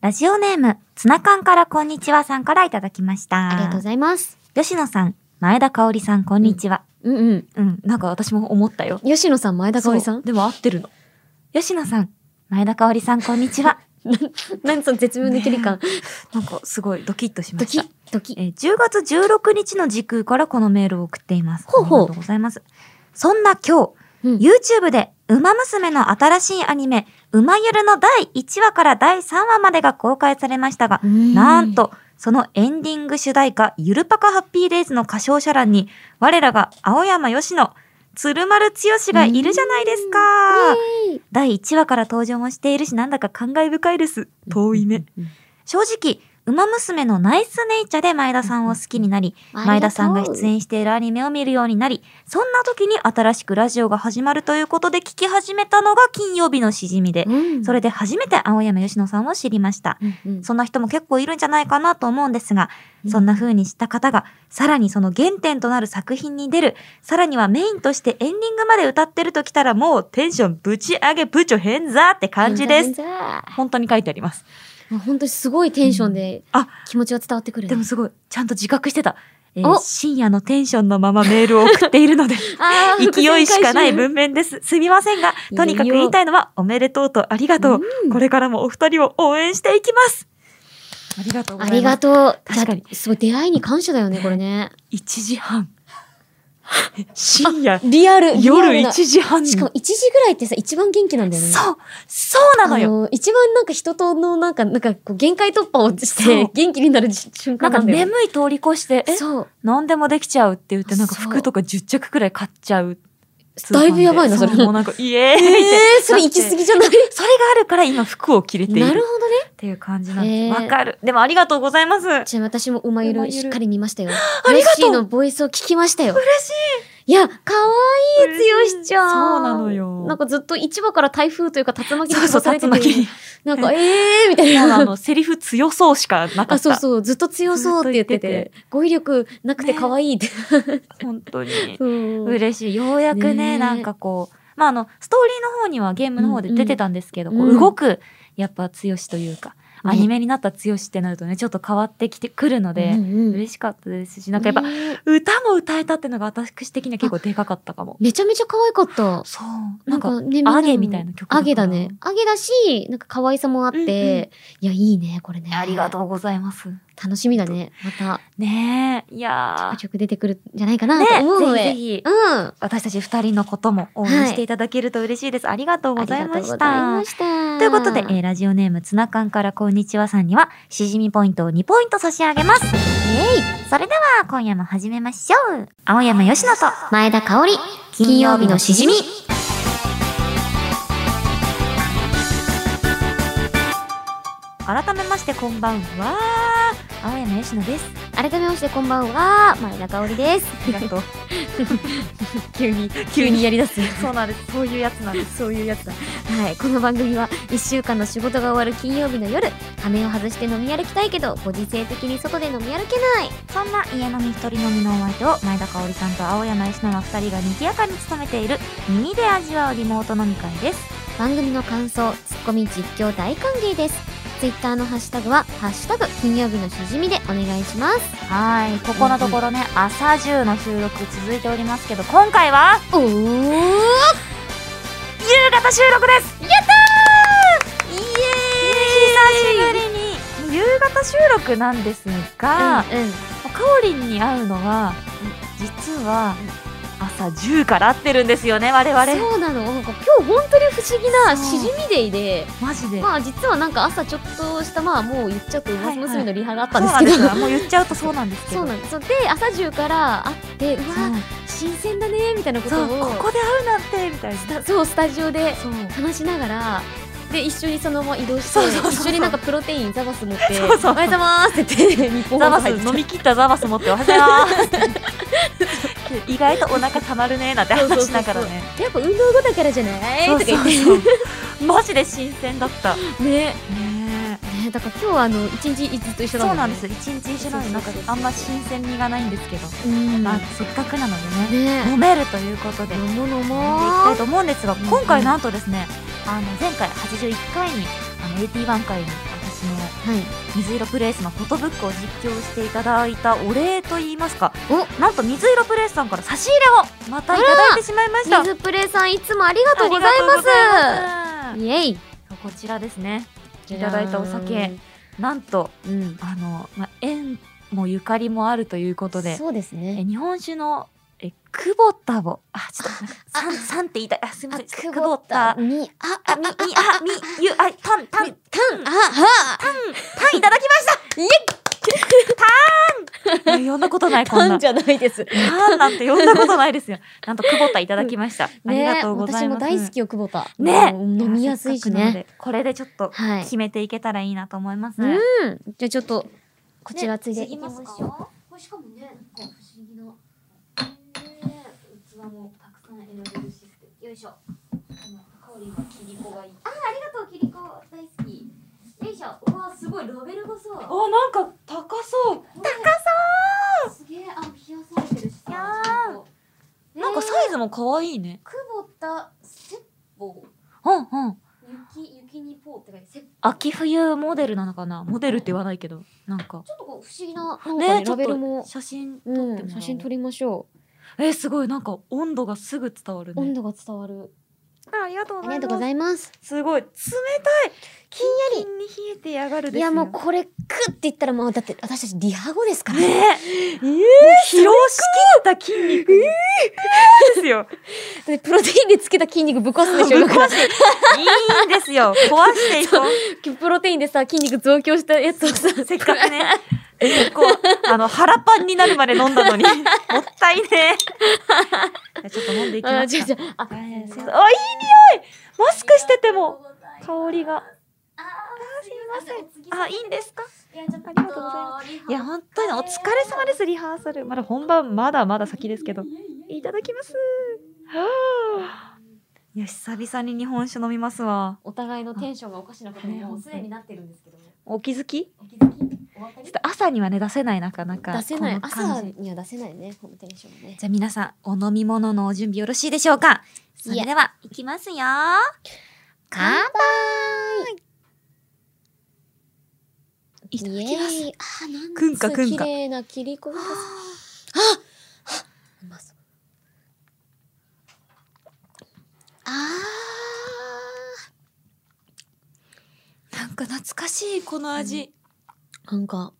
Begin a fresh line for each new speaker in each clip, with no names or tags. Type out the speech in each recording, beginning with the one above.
ラジオネーム、ツナ缶からこんにちはさんからいただきました。
ありがとうございます。
吉野さん、前田香織さん、こんにちは。
うんうん。
うん、なんか私も思ったよ。
吉野さん、前田香織さ
そうんでも合ってるの。吉野さん、前田香織さん、こんにちは。
何その絶 妙な距離感。
なんかすごいドキッとしま
ド
し
キ
た
ッ。、ドキッ。
えー10月16日の時空からこのメールを送っています。
ほうほう
ありがとうございます。そんな今
うん
日、YouTube で、ウマ娘の新しいアニメ、ウマゆるの第1話から第3話までが公開されましたが、なん。と、そのエンディング主題歌、ゆるぱかハッピーデイズの歌唱者欄に、我らが青山よしの、鶴丸剛がいるじゃないですか。
イエーイ
第1話から登場もしているし、なんだか感慨深いです。遠い目。。正直、ウマ娘のナイスネイチャで前田さんを好きになり、前田さんが出演しているアニメを見るようになり、そんな時に新しくラジオが始まるということで聞き始めたのが金曜日のしじみで、
うん。
それで初めて青山よしのさんを知りました。
うんうん、
そんな人も結構いるんじゃないかなと思うんですが、
うん
そんな風にした方が、さらにその原点となる作品に出る、さらにはメインとしてエンディングまで歌ってるときたらもうテンションぶち上げ部長変ざって感じです。
す。
本当に書いてあります。
本当にすごいテンションで、
あ
気持ちが伝わってくるね。
でもすごい、ちゃんと自覚してた。えー
お
深夜のテンションのままメールを送っている ので、
あー
勢いしかない。
伏線
文面です。すみませんが、とにかく言いたいのはおめでとうとありが
回収
とう。
うん
これからもお二人を応援していきます。ありがとうござい
あ
ます。
りがとう。
確かに
だってすごい出会いに感謝だよね、これね。
1時半。 深夜、
リア
夜
ル。リアルな
1時半に。
しかも1時ぐらいってさ、一番元気なんだよね。
そう、そうなのよ。
あの一番なんか人とのなんか、なんかこう限界突破をし
そう
て元気になるじ瞬
な
間
んか
なんだよね。
眠い通り越して、え、
そう。
何でもできちゃうって言って、なんか
そう
服とか10着くらい買っちゃう。
だいぶやばいな、それ。
うもうなんか、イエーイっ
え
て。
ー、それ行き過 ぎじゃない
それがあるから今服を着れてい
なる
る
ほどね。
っていう感じなんです。
へー
わかる。でもありがとうございます。嬉し
じゃあ私もうまゆ
うま
る
ゆる
しっかり見ましたよ。
ありがとう
ヨッシーのボイスを聞きましたよ。
い
いや、かわいい、つよしちゃん。
そうなのよ
なんかずっと一話から台風というか竜巻に
そう
飛
そ
ば
う、竜
されてて
巻に。
なんか、えーみたい
いや
な。
あの、セリフ強そうしかなかっ
あ、そう
た。
そう、ずっと強そうって言って
ずっと言って
て、語彙力なくて可愛いって。
本当に。
うん
嬉しい。ようやくね、
ねえ
なんかこう、まああの、ストーリーの方にはゲームの方で出てたんですけど、
うん
こ
うん
う
うん
動く、やっぱ強しというか、アニ
ね
メになった強しってなるとね、ちょっと変わってきてくるので、
うんうん
嬉しかったですし、なんかやっぱ、
ねえ
歌も歌えたっていうのが私的には結構でかかったかも。
めちゃめちゃ可愛かった。
そう。な
なんん
か、
かね、
ア
んな
ゲ
の
みたいな曲だから
アゲだね。アゲだし、なんか可愛さもあって、
うんうん
いや、いいね、これね。
ありがとうございます。
楽しみだね。また、
ねえ、いや
曲出てくるんじゃないかな
ー
と思うの
ね、
で。
ぜひぜひ、
うん。
私たち二人のことも応援していただけると嬉しいです。ありがとうございました
ありがとうございま。した。
ということで、えーラジオネームツナ缶からこんにちはさんには、しじみポイントを2ポイント差し上げます。
えい
それでは、今夜も始めましょう。青山よしのと、
前田香織、金曜日のしじみ。
改めましてこんばんは。青山よしのです。
改めまして、こんばんは。前田香織です。
ありが とう。
急に、急にやり出す。
そうなんです。そういうやつなんです。
そういうやつだ。はい。この番組は、1週間の仕事が終わる金曜日の夜、仮面を外して飲み歩きたいけど、ご時世的に外で飲み歩けない。
そんな家飲み一人飲みのお相手を前田香織さんと青山よしのの二人が賑やかに務めている耳で味わうリモート飲み会です。
番組の感想ツッコミ実況大歓迎ですツイッターのハッシュタグは「ハッシュタグ金曜日のしじみ」でお願いします
はい。ここのところね、朝中の収録続いておりますけど、今回は
おー
夕方収録ですやったーイエーイ久しぶりに夕方収録なんですが、
うんうん
かおりんに会うのは実は朝10から会ってるんですよね我々
そうなのなんか今日本当に不思議な
そう
しじみデイで
マジで、
まあ実はなんか朝ちょっとしたまあもう言っちゃうと「ウマ娘」のリハがあった
そうん
です
な
け
んですよ
ど
もう言っちゃうとそうなんですけ
そ
ど
うなんですそうで朝中から会ってうわ新鮮だねみたいなこ
そ
と
うそう
を
ここで会うなんてみたいな
だそうスタジオで
そう
話しながらで一緒にそのまま移動して
そうそうそうそう
一緒になんかプロテインザバス持って「
そうそう
おはようございます」って言って日本
ザ
放
バ
送
ス
入ってきた
飲み切ったザバス持っておはようございます 意外とお腹たまるねなんて話しながらね
やっぱ運動後だからじゃない
そう
とか
そ
言っ
う
て
そうマジで新鮮だったね
ね
え
ねだから今日はあの一日ずっと一
そ
緒な
う
の
なんです一日一緒なのになんか
そうそうそ
あ
うそう
んま新鮮味がないんですけど、
うん
まあ、せっかくなのでね
ね
飲めるということで飲んでい
飲もう飲
き
も
たいうと思うんですが
うん
今回なんとですねあの前回81回にあの81回に私その
はい。
水色プレイスのフォトブックを実況していただいたお礼といいますか
お
なんと水色プレイスさんから差し入れをまたいただいてしまいました
水プレイさんいつもありがとうございます。
ありがとうございます
イエイ。い
こちらですねいただいたお酒。なんと
うん。
あの、まあ、縁もゆかりもあるということで
そうです
え
ね。
日本酒のえ久保田をあちょっとなんか
あ
さんさんって言いたいあすみません久
ぼ
保
た
田
に、あ、
あみみあみゆあたんたん
たん、あ、は、
タンいただき
イエ
ましたいや呼んだことないこん
た
なん
じゃないです。
タンなんて呼んだことないですよなんと久保田いただきました、ありがとうございます
私も大好きよ、久保田。
ね
うん飲みやすいし
せっかくなの
ね。
でこれでちょっと
はい。
決めていけたらいいなと思います、
うん。じゃあちょっと、こ
こ
ちらついでい
き
きま
ますす
か。
か
これしかもね、なんか不思議な、ね器もたくさん選べるし、よいしょ。香りはキリコがいい。あ、ありがとう、キリコ大好き。よいしょ。うわ、すごい、ラベルがさ、
あなんか高そう
すげえ、あ、冷やされてるしさ。
いやー
ちゃ
な
と
んか
えー
サイズも可愛いね
久保田セッポ
うんうん
雪雪にポーって書いてセッポ
秋冬モデルなのかなモデルって言わないけどなんか
ちょっとこう不思議ななんかね
ねちょ
ラ
っ
ベルも
と写真
う
ってもらお
ん
う
写真撮りましょ
えすごいなんか温度がすぐ伝わる
う温
ね
度が伝わる
ありがとう
ありがとうござ
す
います
すごい冷たいキンキンに冷えてやがる
い
ですよ
やもうこれクッって言ったらもうだって私たちリハ語ですから
ねえ
え
疲労しきった筋肉にですよ
でプロテインでつけた筋肉ぶっ壊すん でしょ
ぶっ
だから
壊していいんですよ壊していこう
プロテインでさ筋肉増強したやつを さ
せっかくね結構あの腹パンになるまで飲んだの にもったいね じゃあちょっと飲んでいき
あ
ま
違
す
う
か
違うあ
あいい匂いマスクしてても香りが
あ
あすい
ま
あいいんですか
いやちょっと
ありがとうござい
ま
い
す
や本当にお疲れ様ですリハーサルまだ本番まだまだ先ですけどいただきますはあいや久々に日本酒飲みますわ
お互いのテンションがおかしなことにもうすでになってるんですけども
お気づきち
お気づきお分
ょ
か
っ
り
と朝にはね出せないなかなか
出せない
この感
朝
じ
には出せないねこのテンションね
じゃあ皆さんお飲み物のお準備よろしいでしょうかそれではいきますよ
乾杯
いただきます
イエーイあーなん
くんかくんか
綺麗な切り込みがさうまそうあ
なんか懐かしいこの味
ーなんか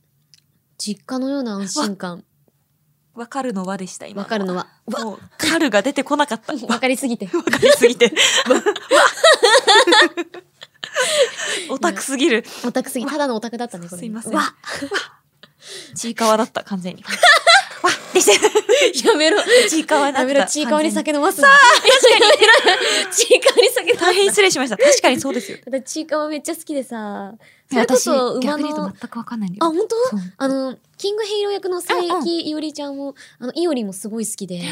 実家のような安心感
わかるのわでした今
わかるのはわ
もうカルが出てこなかった
わ
わ
かりすぎて
わかりすぎてわ オタクすぎる
オタクすぎただのオタクだったねこれね
すいません。
わ
わちいかわだった、完全に。わでした。
やめろ
ちいかわだった。
やめろちいかわに
完全
酒飲ますさあ確かにやめろちいかわに酒飲
大変失礼しました。確かにそうですよ。
私ちいかわめっちゃ好きでさそれこ
私、
そ馬
逆に言う
の
と全くわかんないんだ
あ
よ。
本当
そう
あの、キングヘイロ役の佐
うんう
伯
ん
いおりちゃんも、あの、いおりもすごい好きで。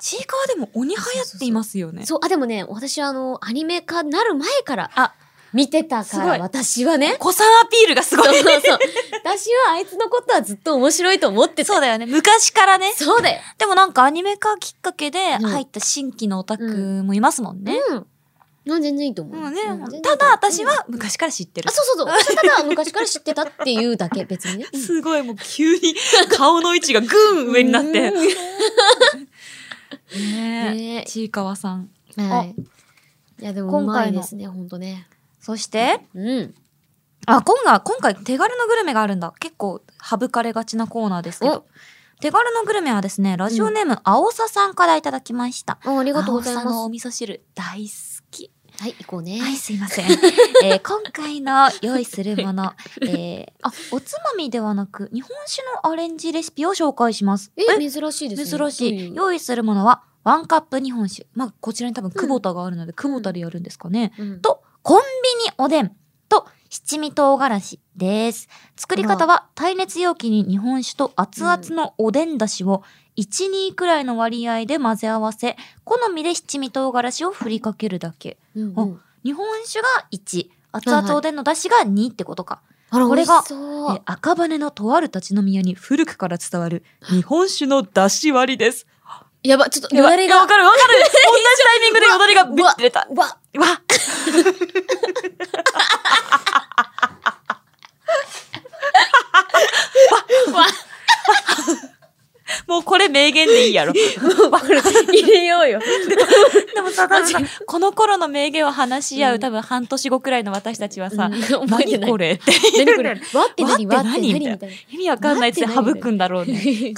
ちいかわでも鬼流行っていますよね。
そう、あ、でもね、私はあの、アニメ化なる前から、
あ
見てた
す
か
ご
ら、
い
私はね。
子さんアピールがすご
そう
い。
そうそう。私はあいつのことはずっと面白いと思ってた。
そうだよね。昔からね。
そうだよ。
でもなんかアニメ化きっかけで
うん
入った新規のオタクもいますもんね。
うん。うん全然いいと思う。
もう
うん
ね。ただ私、は
全然いいと思う
昔から知ってる
あ、。そうそうそう。私はただ昔から知ってたっていうだけ、別にね。
すごいもう急に 顔の位置がぐーん 上になって。
うん。
ねえ
ね
ちいかわさん。
はい。いや、でも、う
今
ま
回
い
の
ですね、ほんとね。
そして、
うん。
あ、今回、今回手軽のグルメがあるんだ。結構省かれがちなコーナーですけど。手軽のグルメはですね、ラジオネーム、青ささんからいただきました。
ああり
あ
がとうございます。
の
は
お味噌汁大好き。
い、行こうね。
はい、すいま せん。えー今回の用意するもの、えーあ、おつまみではなく、日本酒のアレンジレシピを紹介します。
え、珍しいですね。
珍し
ど
い。
うう
用意するものは、ワンカップ日本酒。まあ、こちらに多分、久保田があるので、久保田でやるんですかね。
うん
と、コンビニおでんと、七味唐辛子です。作り方は、耐熱容器に日本酒と熱々のおでんだしを、1、2くらいの割合で混ぜ合わせ、好みで七味唐辛子を振りかけるだけ。
うんうん
あ日本酒が1、熱々おでんのだしが2ってことか。
あら、
こ
こ
れ
れ
が
が。
え赤羽のとある立ち飲み屋に古くから伝わる日本酒のだし割りです。
やば、ちょっと、
や
よ
ば
だ
い
れ
いやわ
が。
かるわかる同じタイミングでよだれがビッて出た。
わ、
わ名言でいいやろ。
バブル入れようよ。
でもさ、多分さ、この頃の名言を話し合う、多分半年後くらいの私たちはさ、
うん覚えて
何
ない。
こ
何
れって。
こ れ。わって何わ
わ
っ
ってて
何
何
みたいな。
意味わかんないって省くんだろうね。悲しい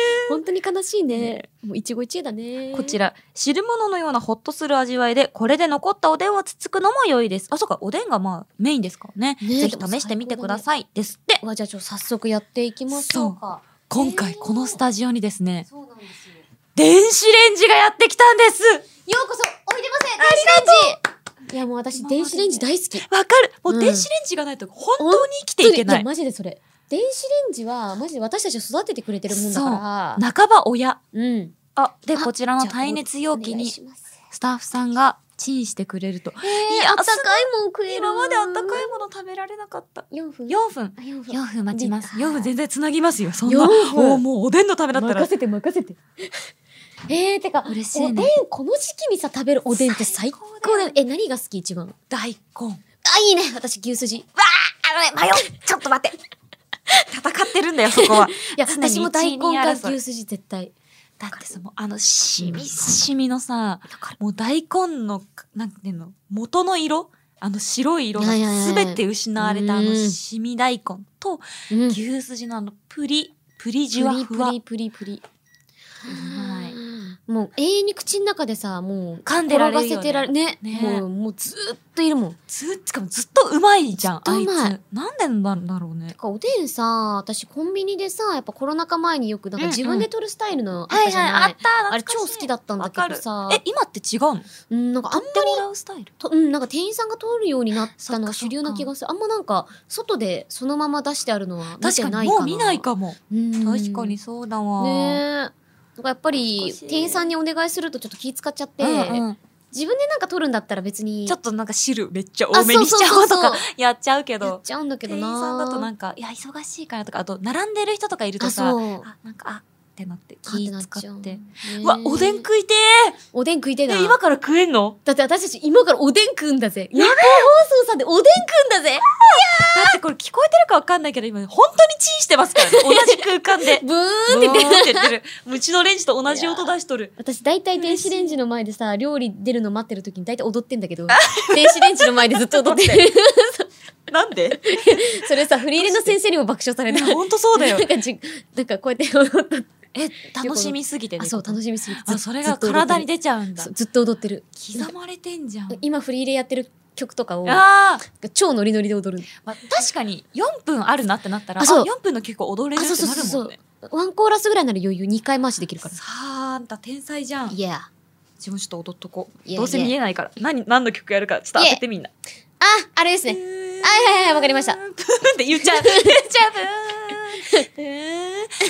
本当に悲しいね。もう一期一会だね。
ね。こち。ら、汁物のようなほっとする味わいで、これで残ったおでんをつつくのも良いです。あ、そうか、おでんがまあメインですからね。
ね
ぜひ試してみてください。ですって、
わじゃあちょっと早速やっていきましょうか。
今回このスタジオにですね、
そうなんですよ。
電子レンジがやってきたんです
ようこそおいでません
いやもう私電子レンジ大好き。
わかるも
うん
う電子レンジがないと本当に生きていけない
や。マジでそれ。電子レンジはマジで私たちを育ててくれてるもんだから。
半ば親。
うん。
あ、で、
あ
こちらの耐熱容器に
お願いします
スタッフさんがチンしてくれると。
えー、
や
あったかいもん食える。
今まであったかいもの食べられなかった。
四分。
4分。
あ四分。
4分待ちます。
出た
4分全然つなぎますよ。そん
4
な。
分
おーもうおでんのためだったら
任。せて任せて。 えー、てか、
嬉しいね
おでん、この時期にさ、食べるおでんって最高だよね。え、何が好き一番
大根。
あ、いいね。私、牛すじ。い
あのね、迷う。ちょっと待って。 戦ってるんだよ、そ こは。
や、
常に
私も大根か
一二争い
牛すじ絶対。
だってさ、もうあの、しみしみのさ、もう大根の、なんていうの、元の色あの白い色が
いやいやいや
すべて失われたあ
う
の
ん
しみ大根と
うん。
牛すじのあのプリ、プリジュ
プ
ワ
リ
ふ
プ
わ。
リプリプリ。
まい
もう永遠に口の中でさ、もう
噛んでられるよね
転がせてられね
ね
もう、もうずーっといるもん。
ずっつかもずっとうまいじゃん、
ずっ
あ
と
いうつ
まい。
なんでなんだろうね
て。かおでんさ、私コンビニでさ、やっぱコロナ禍前によくなんか
うんうん
自分で取るスタイルのあったじゃない、
た。
あれ超好きだったんだけどさ、
え、今って違うの
うん、なんかあんまり
ってもらうスタイル
と、うん、なんか店員さんが通るようになったのが
そ
主
っか
流な気がする。あんまなんか、外でそのまま出してあるのは見
確
て
か
ない
に、
か
も
な。
う見ない。かも。
うん、
確かに。そうだわ。
ねえ。なんかやっぱり
懐かしい
店員さんにお願いするとちょっと気使っちゃって、
うんうん
自分でなんか取るんだったら別に
ちょっとなんか汁めっちゃ
あ
多めにしちゃおうと
そうそう
か
そうそ
やっちゃうけ
言っ
ど。
ちゃうんだけど
店
な
員さんだとなんか、いや、忙しいからとか、あと、並んでる人とかいると
あ
さ、
そう
あ、なんか、あってなって、
あ
気
な
使
ちゃう
っ
ね
て。うわ、おでん食いてー
おでん食いてえな
え、今から食えんの
だって私たち今からおでん食うんだぜ日本放送さんでおでん食うんだぜ
だってこれ聞こえてるかわかんないけど、今、本当にチンしてます からね。同じ空間 で。
ブーン
ブー
って
ン
言
っ
って
て言ってる。うちのレンジと同じ音出しとる。
私大体電子レンジの前でさ料理出るの待ってる時に大体踊ってんだけど電子レンジの前でずっと踊っ てる
なんで
それさ振り入れの先生にも爆笑された
本当そう だよ
な。んかじなんかこうやって踊った
え、楽しみすぎて
あそう楽
し
しみすぎて
あ、それが体に出ちゃうんだ
ず。ずっと踊ってる
刻まれてんじゃん。
今振り入れやってる曲とかを
あー、
超ノリノリで踊る
まあ、確かに4分あるなってなったら、
あ
あ、
そう
4分の結構踊れるってなる
あそうそ
も
うそ
ん
う
ね。
ワンコーラスぐらいなら余裕2回回しできるから
さあ、あんた天才じゃん。
いや
自分ちょっと踊っとこ
いや
う。どうせ見えないから。何、何の曲やるか、ちょっと当ててみんな。
ああれで すね
ね
はいはいはいわかりました
プーンって言っち ゃう。言っちゃう。プーン。プーン。プーン。プ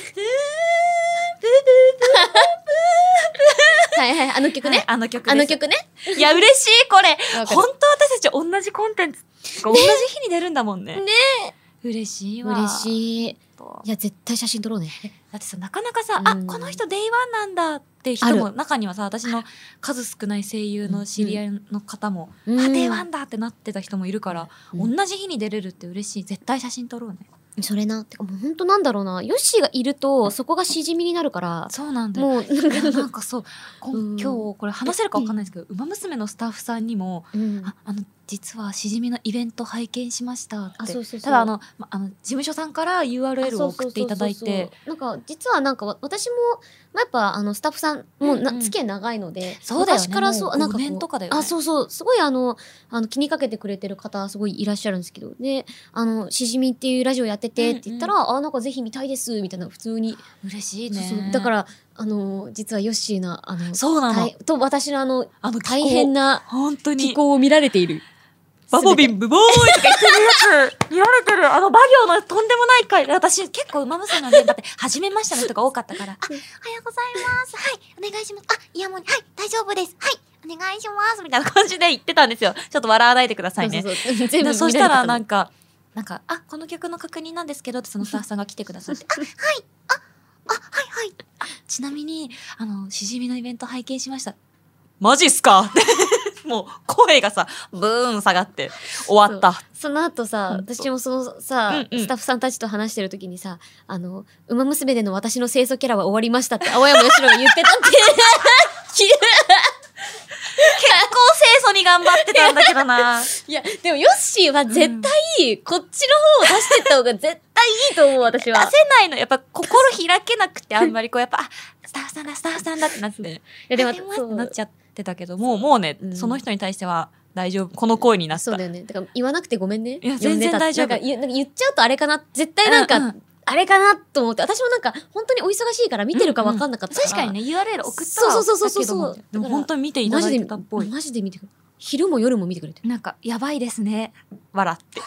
はいはいあの
ー
曲
ン。
ね
あの曲です。
あの曲ね
いや、嬉しい、これ。
わかる
本当私たち同じコンテンツ、同じ日に出るんだもんね。
ね
嬉しいわ。
嬉しいい
だ
や絶対写真撮ろうね
ってさ、なかなかさ、
う
あ、
ん
この人デイワンなんだって人も、中にはさ、私の数少ない声優の知り合いの方も、
うん
あ、デイワンだってなってた人もいるから、
うん
同じ日に出れるって嬉しい。絶対写真撮ろうね。
それなてかもうほんとなんだろうなヨッシーがいるとそこがしじみになるから
そうなんだよ。
もうなん
いや
か
なんかそう、こ
うん
ん今日これ話せるかわかんないですけど、ウマ娘のスタッフさんにも、
うん
ああの実はしじみのイベント拝見しましたって
あそうそうそう
ただあの,、ま、あの事務所さんから URL を
そうそうそうそう
送っていただいて
なんか実はなんかわ私も、まあ、やっぱあのスタッフさんもう
う
な、
んうん
付き合い長いので
そうだよね
昔からそう
もう
なんかこう
5年とかだよね
あそうそうすごいあのあの気にかけてくれてる方すごいいらっしゃるんですけどであの「しじみ」っていうラジオやっててって言ったら「あなんかぜひ見たいです」みたいな普通に、
嬉しい
そう
ね
そうだからあの実はヨッシーのあの
そうな
た
の
いと私のあの
あの気候
大変な
本当
気
に
候を見られている。
バボビ
全て
ンブボーイとか言ってるやつ見られてるあの馬行のとんでもない回私結構ウマ娘の現場って初めましての人が多かった から
おはようございます。はい、お願いします。あ、イヤモニ、はい、大丈夫です。はい、お願いします。み
みたいな感じで言ってたんですよちょっと笑わないでくださいね
そうそうそう 全
で
部
そしたらなん
か
か「なんかあこの曲の確認なんですけど」ってそのスタッフさんが来てくださ って「あはいああはいはいあちなみにあのしじみのイベント拝見しました」「マジっすか?」 もう声がさ、ブーン下がって終わった。
その後さ、
ほんと
私もそのさ、
うんうん
スタッフさんたちと話してる時にさ、あの、馬娘での私の清楚キャラは終わりましたって青山よしろが言ってたって。
結構清楚に頑張ってたんだけど な。
いや、でもヨッシーは絶対、こっちの方を出してった方が絶対いいと思う、私
出せ
は。い
ないの。やっぱ心開けなくて、あんまりこう、やっぱ、あ、スタッフさんだ、スタッフさんだってなって、
や、でも、
待って
そ
ってなっ
う
ちゃってたけど、もう、もうね、
うん
その人に対しては大丈夫。この声になった。
そうだよね。だから言わなくてごめんね。
いや
呼んでた
全然大丈夫
なんか言なんか言っちゃうとあれかな、絶対なんか、
うんうん
あれかなと思って、私もなんか、本当にお忙しいから見てるか分かんなかった
確かに
ね。
ね、URL 送ったは
そうそうそうそ
送った
う
けども
そう
でも本当に見ていた
マ
だ
ジ
い
で
てたっぽい。
マジで見てくれ昼も夜も見てくれてる。
なんか、やばいですね。笑っ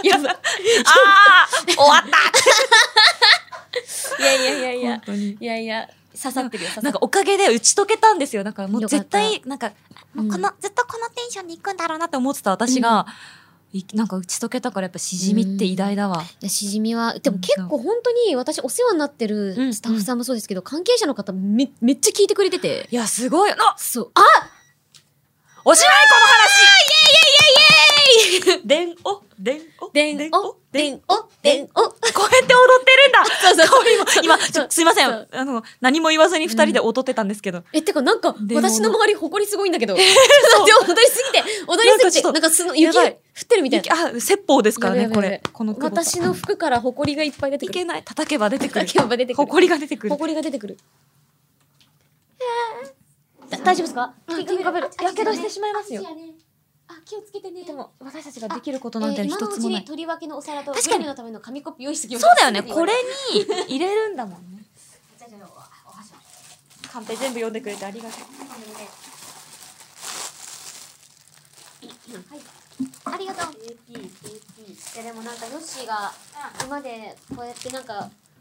て。
やばい
ああ終わった
やいやいやいや
本。当に。
いやいや、刺さってるよ、刺さ
な
っ
んかおかげで打ち解けたんですよ。なんかもう
よかっ
絶
た
対、なんか、
う
も
ん
うこの、ずっとこのテンションに行くんだろうなって思ってた私が、いなんか打ち解けたからやっぱしじみって偉大だわ。
いやしじみは、でも結構本当に私お世話になって
う
る
ん
スタッフさんもそうですけど、関係者の方めめっちゃ聞いてくれてて。
いや、すごいな
そう。あ
おしまいこの話イエイイエイイエイでんお、でんお、
でんお、でんお、でんお。
こうやって踊ってるんだ
そうそう
今、ちょすいませ
そ
ん
う。
あの、何も言わずに二人で踊ってたんですけど。
え、てかなんか
でんお
私の周り誇りすごいんだけど。で
そう
踊りすぎて、踊り
な
すぎて、な
か
ん
ちょっと
んかすの雪
やば
降
い
ってるみたいな。
あ、説法ですからね、
やばい
こ
やばいやばい
れ。この久保田
私の服から埃がいっぱい出て
い
くる。
けない。叩けば出てくる。
叩けば出てくる
埃が出てくる。
埃が出てくる。だ大丈夫ですか？
うん
ピンクカペルやけどしてしまいますよ。
あ、気をつけてね。
でも
私たちができることなん
え
て
ー
一
今のう
つ
ち
もない
に。取り分けのお皿と
確かに
料理のための紙コップ用意してきまし
そ
た
うだよね。これ
い
に入れるんだもんね。
じゃあじゃあおお箸を
カンペ全部読んでくれてありがとう。
今度ねはいありがとう。
やでもなんかヨッシーが今までこうやってなんか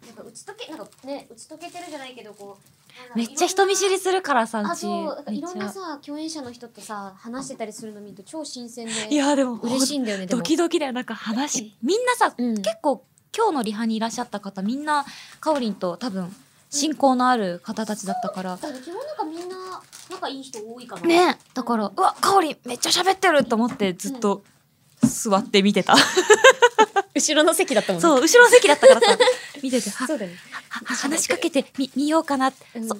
なんか打ち解けなんかね打ち解けてるじゃないけどこうなんか
めっちゃ人見知りするからさ、う
あ
ち。
そうなんか
め
い
っちゃ
ろんなさ共演者の人とさ話してたりするの見ると超新鮮
い
で
や、でも、
嬉しいんだよねで
ド
も。
キドキだよ。なんか話、みんなさ、
うん
結構今日のリハにいらっしゃった方、みんな、かおりんと多分、親交のある方たちだったから。
だから基本なんかみんな仲いい人多いかな。
ねだから、うわ、かおりんめっちゃ喋ってると思ってずっと座って見てた。
後ろの席だったも
そう、後ろ席だったから さ、見てて、は
そうだよね。
は話しかけてみ見ようかなって、
うん
そ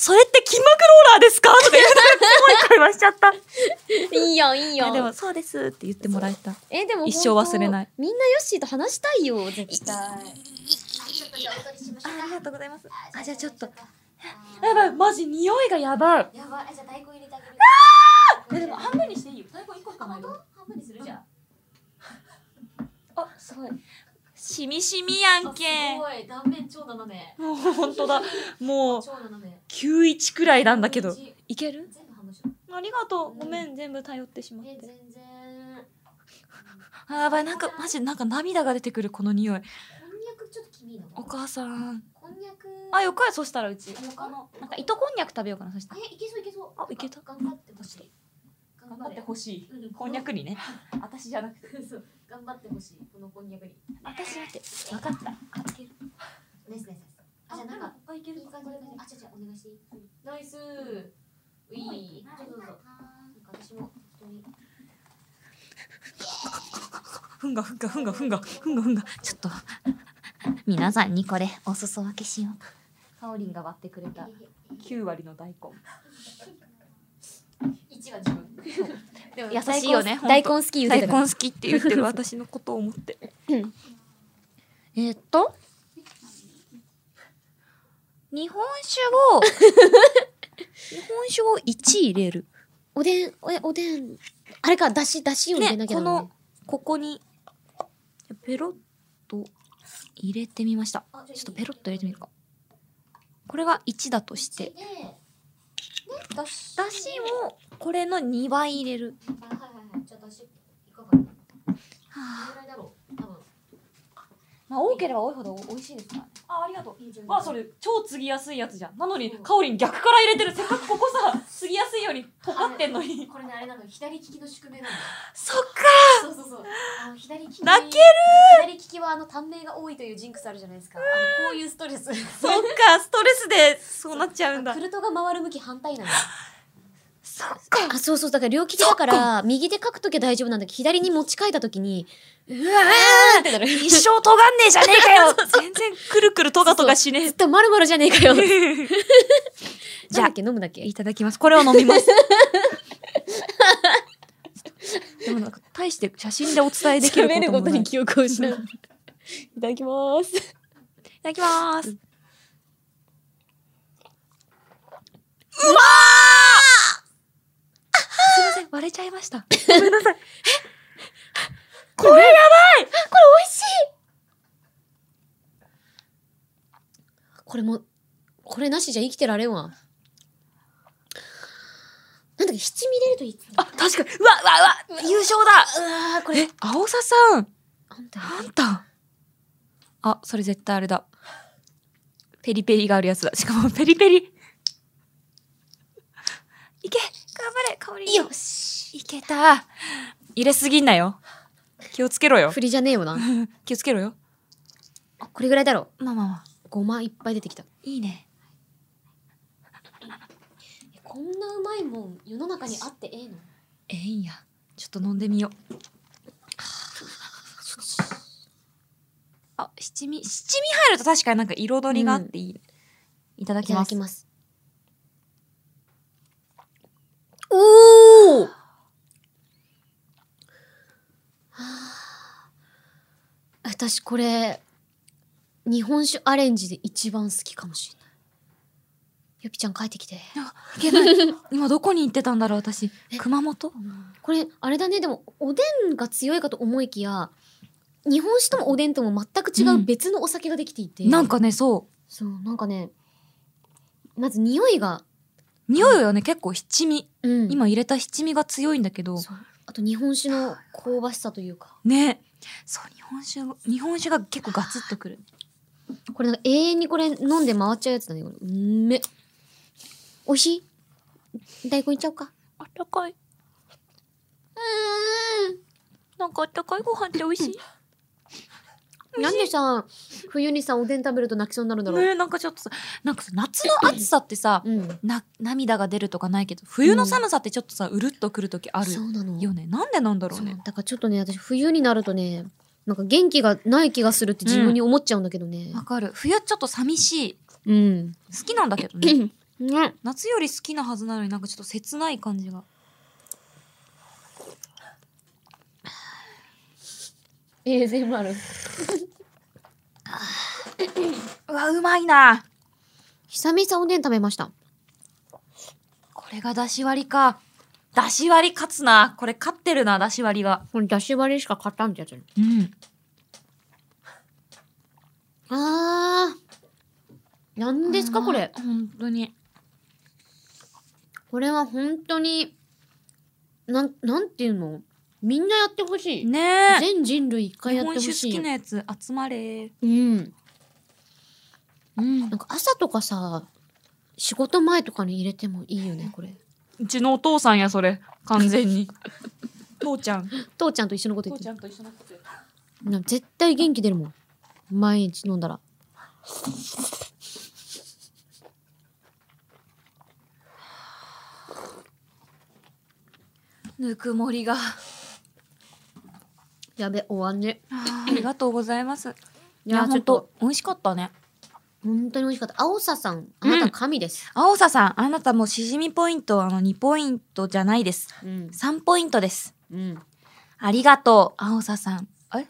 それって筋膜ローラーですかとか言うてすごい会話しちゃった
いいよいいよ。
えでもそうですって言ってもらえた
えでも
一生忘れない
本当みんなヨッシーと話したいよ絶対
じゃあお取りしましょう
あ
か
りがとうございますあじゃあちょっと
や
やばいマジ匂いがやばい
ばいあじゃあ大根入れてあげる
えでも半分にしていいよ大根一個しかないよ
半分にするじゃん
あすごいしみしみやん
あす
け
ごい断面超斜め
もう本当だもう
超斜め
91くらいなんだけど
全
いける
部半分しよう
ありがとうごめん全部頼ってしまっ
え
て
全然
あやばいなんかマジなんか涙が出てくるこの匂い
こんにゃくちょっと黄身いいの
お母さん
こんにゃく
あよかやそしたらうち
よかの
なんか糸こんにゃく食べようかなそしたら
えいけそういけそう
あいけた
頑張ってほしい頑
頑張ってほしいこんにゃくにね私じゃなくて
そう頑張ってほしいこのこんにゃくに
私だって分かった
ナイスナイスあじゃあなんか
他いけ
いい感じのあじゃあじゃあお願いしていいナイスういちょっとどうぞなんか私も適当に
ふんがふんがふんがふんがふんがふんがちょっと皆さんにこれお裾分けしようかかおりんが割ってくれた9割の 大根
一は自 分
でも
優しいよね
大根
ほ
好き言う
大根
てたから
好きって言ってる私のことを思ってえーっと日本酒を日本酒を1入れる
おでんおえおでんあれかだしだしを入れな
ね、
きゃ
こ
だもん
のここにペロッと入れてみました
あじゃあいい
ちょっとペロッと入れてみるかこれが1だとして
でだし
だしをこれの2倍入れる
あはいはいはいじゃあだしいかがなどれ
はあ
ぐらいだろう多分
まあ多ければ多いほど美味しいですからねあありがとう
いいじゃ
わあそ
れ
れ超継ぎやすいやつじゃんなのにかおりん逆から入れてるせっかくここさ継ぎやすいようにとかってんのに
これねあれなの左利きの宿命なの
そっか
そうそうそう。あの左利き。
泣ける
左利きはあの短命が多いというジンクスあるじゃないですか。あのこういうストレス。
そっかストレスでそうなっちゃうんだ
クルトが回る向き反対なの
そそっか。
あ、そうそう、だから両利きだから、右で書くときは大丈夫なんだけど、左に持ち替えたときに、うわーってなる。
一生尖んねえじゃねえか よ全然くるくるとがとがしね
ずっと丸々じゃねえか よ。
え。
じゃあ、飲むだっけ
いただきます。これを飲み ます。でもなんか、大して写真でお伝えできる
喋る
こ
こと
も
と
ない。
に
い
記憶 を失う。いただきます。
ただきます。すいません、割れちゃいました。ごめんなさい。これやばい
これも、これなしじゃ生きてられんわ。なんだっけ、七味入れるといいっつって
あ、確かに。うわ、うわ、うわ、優勝だ
うわー、これ。
え、青ささん。
あんた、
なんだあ、それ絶対あれだ。ペリペリがあるやつだ。しかもペリペリ。いけ頑張れ香り
よし。
いけた入れすぎんなよ。気をつけろよ
振。りじゃねえよな。
気をつけろよ。
あ、これぐらいだろ
まあまあまあ。
う。ごまいっぱい出てきた。
いいね。
こんなうまいもん、世の中にあってええの
ええんや。ちょっと飲んでみよう。あ、七味。七味入ると確かになんか彩りがあっていいね。いただ
い
き
ただ
ます
き。ます。おお。はあ。私これ日本酒アレンジで一番好きかもしれない。ゆぴちゃん帰ってきて。
あいけない。今どこに行ってたんだろう、私。熊本
これあれだねでもおでんが強いかと思いきや日本酒ともおでんとも全く違
う
うん別のお酒ができていて、
なんかね、そ
そうなんかねまず匂いが、
う。匂いはね、結構七味。
うん、
今入れた七味が強いんだけど、
そうあと日本酒の香ばしさというか
ね。そう、日本酒を、日本酒が結構ガツッとくる。
これなんか永遠にこれ飲んで回っちゃうやつだねこれうんめおいしい大根いっちゃおうか
あったかい。なんかあったかいご飯って美味しい。
なんでさ冬にさおでん食べると泣きそうになるんだろう、
ねなんかちょっとさ、なんかさ、夏の暑さってさ、
うん
な、涙が出るとかないけど、冬の寒さってちょっとさ、うるっとくるときある
そうなの
よね。なんでなんだろ
そうう
ね。
だからちょっとね私冬になるとねなんか元気がない気がするって自分に思っちゃうんだけどね
わかる。冬ちょっと寂しい。
うん、
好きなんだけどね。
ね
夏より好きなはずなのになんかちょっと切ない感じが。
ASMR
うわ、うまいな。
久々おでん食べました
これがだし割りか。だし割り勝つな。これ勝ってるな、だし割りが。
これだし割りしか買ったんってやつ
うん。
あーなんですかこれ
本当に。
これは本当に、なん、なんていうのみんなやってほしい。
ねえ。
全人類一回
日
やって
本
ほ
酒
し
好き
い。
なやつ集まれ。
うん。
うん
な。んか朝とかさ、仕事前とかに入れてもいいよね、これ。
うちのお父さんや、それ。完全に。父ちゃん。
父ちゃんと一緒のこと言って
ゃんと一緒のこと言う
る。なんか絶対元気出るもん。毎日飲んだら。
ぬくもりが。
やべ、終わんね。
あーありがとうございます。
い
いや、
や、ちょ
本
っと
当、美味しかったね。
本当に美味しかった。青ささん、あなた神です。
青ささん、あなたもうしじみポイント、あの、2ポイントじゃないです。
うん。
3ポイントです。
うん。
ありがとう、青ささん。え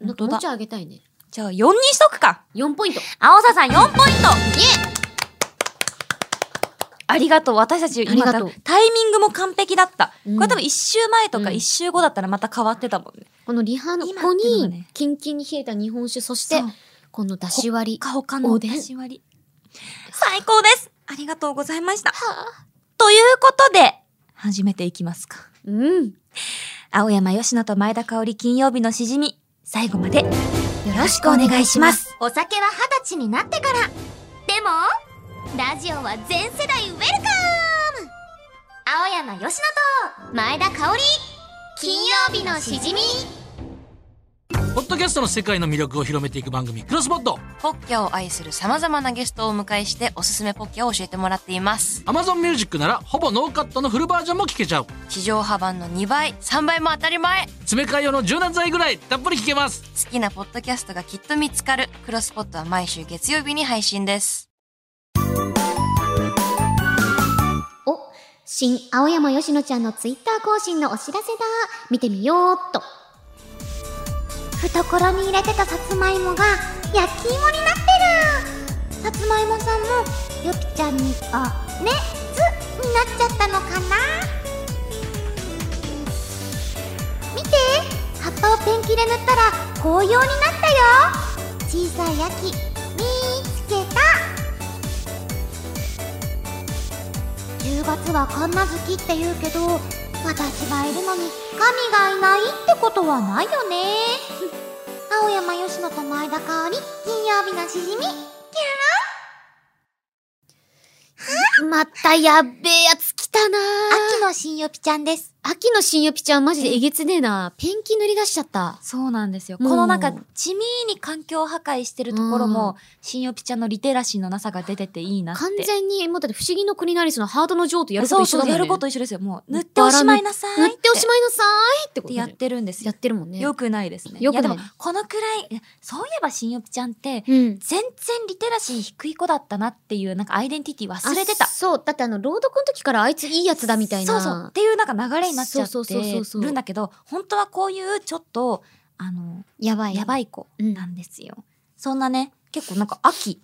な
本
んか
当
も
だ
うちょいあげたいね。
じゃあ、4にしとくか。
4ポイント。
青ささん4ポイントありがとう。私たち
あり
今
が
た
とう
タイミングも完璧だった。
うん
これ多分1週前とか
うん
1週後だったらまた変わってたもんね。
このリハの
今
子
ってのが
に
ね、
キンキンに冷えた日本酒、そし
で
て、、このだし割り。
かほかの
おでん
出し割り。最高ですありがとうございました。ということで、始めていきますか。
うん。よ
青山吉野と前田香織金曜日のしじみ、最後までよ
ろ
ろしくお願いします。
お酒は二十歳になってからでもラジオは全世代ウェルカム青山佳乃と前田香織金曜日のしじみ
ポッドドキャストの世界の魅力を広めていく番組、クロスポット。
ポッキャを愛する様々なゲストをお迎えしておすすめポッキャを教えてもらっています。
Amazon Music ならほぼノーカットのフルバージョンも聞けちゃう。
地上波版の2倍、3倍も当たり前好
詰め替え用の柔軟剤ぐらいたっぷり聞けます。
きなポッドキャストがきっと見つかる。クロスポットは毎週月曜日に配信です。
お、新青山よしのちゃんのツイッター更新のお知らせだ。見てみようっと。懐に入れてたさつまいもが焼き芋になってるさつまいもさんもよぴちゃんに「あねつ」になっちゃったのかな見て葉っぱをペンキで塗ったら紅葉になったよ小さい秋見つけた10月は神無月って言うけど私がいるのに神がいないってことはないよね青山よしのと前田香織金曜日のしじみキ
またやっべえやつ来たな
秋の新よぴちゃんです
秋の新予備ちゃんマジでえげつねえな。ペンキ塗り出しちゃった。
そうなんですよ。
もう
このなんか、地味に環境破壊してるところ
うん
も、新ヨピちゃんのリテラシーのなさが出てていいなって。
完全に、もうだって不思議の国なりそのハートの女王とやること一緒だも
そうそう、
んね。
やること一緒ですよ。もう、塗っておしまいなさい
塗
っ。
ってておしまいなさーいって
っ
こと
て
で
やってるんです
や
よ
っ。てるもんね。
よくないですね。
よくない
やでも、このくらい、そういえば新ヨピちゃんって、
う
全
ん。
然リテラシー低い子だったなっていう、なんかアイデンティティ忘れてた。
あそう。だってあの、朗読の時からあいついいやつだみたいな。
そうそう。っていうなんか流れになっちゃっ
そう
て
そうそうそう
るんだけど、本当はこういうちょっと、あの、
やばい。
やばい子
うん
なんですよ。そんなね、結構なんか秋、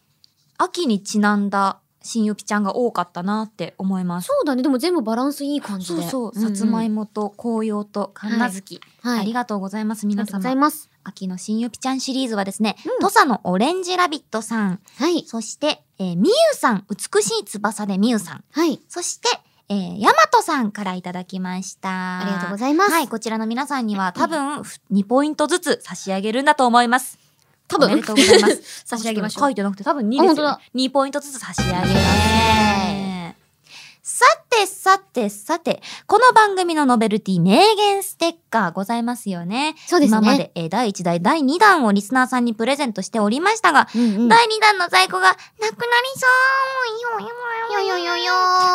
秋にちなんだ新ゆぴちゃんが多かったなって思います。
そうだね。でも全部バランスいい感じ
そう
で。
そう、
ん
さ
ん
つまいもと紅葉と神奈月、
はい。
あり
が
がとうございます、皆
とうござい
様。
ます。
秋の新ゆぴちゃんシリーズはですね、
うん
土佐のオレンジラビットさん、
はい。
そして、えーみゆさん、美しい翼でみゆさん、
はい。
そして、えー、やまとさんからいただきました。
ありがとうご
ざい
ざいます。
はい、こちらの皆さんには多分2ポイントずつ差し上げるんだと思います。
多分。
おめでとうございます。
差し上げましょう
書いてなくて、多分2です
あ
よ、
本当だ
2ポイントずつ差し上げますね。さて、さて、さて、この番組のノベルティ名言ステッカーございますよね。
そうですね。
今まで、えー第1弾、第2弾をリスナーさんにプレゼントしておりましたが、
うんうん。
第2弾の在庫がなくなりそう。よ
よよよよ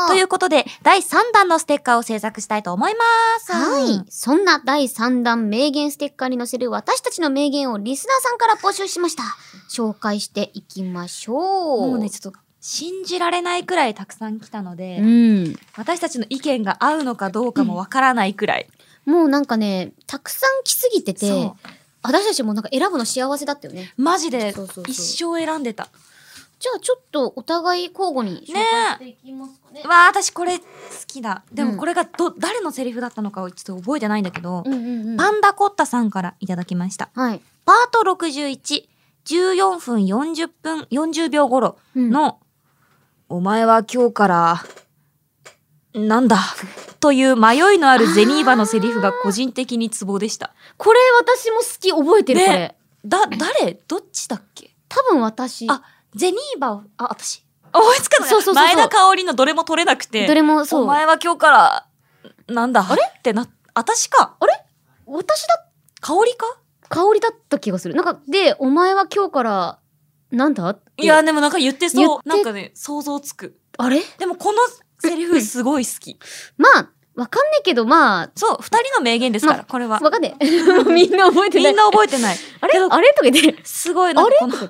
ということで、第3弾のステッカーを制作したいと思います。
はい。そんな第3弾名言ステッカーに載せる私たちの名言をリスナーさんから募集しました。紹介していきましょう。
もうね、ちょっと、信じられないくらいたくさん来たので、
うん。
私たちの意見が合うのかどうかもわからないくらい。
もうなんかね、たくさん来すぎてて
そ、
私たちもなんか選ぶの幸せだったよね。
マジで
そうそうそう
一生選んでた。
じゃあちょっとお互い交互に紹
ね
介
といきますかね
え。わあ、私これ好きだ。で
うん
もこれがど、誰のセリフだったのかをちょっと覚えてないんだけど、
うんうんうん。
パンダコッタさんからいただきました。
はい。
パート61、14分40分、40秒頃
うん
の、お前は今日から、なんだ、という迷いのあるゼニーバのセリフが個人的にツボでした。
これ私も好き覚えてる、
ね
これ。
だ、誰どっちだっけ
多分私。
あゼニーバを、あ、私。思いつかない。
そうそうそうそ
前
う
田香織のどれも取れなくて。
どれもそう。
お前は今日から、なんだあれってな、私か。あれ
私だ、
香織か
香りだった気がする。なんか、で、お前は今日から、なんだって
いや、でもなんか言って
言っ
そう。
て
なんかね、想像つく。
あれ
でもこのセリフすごい好き。
まあ、わかんないけど、まあ、
そう、二人の名言ですから、
ま
これは。
わかんない。 みんな覚えてな
み
い。
んな覚えてない。
あれ
けど
あれとか言って。
すごい、なんかこの、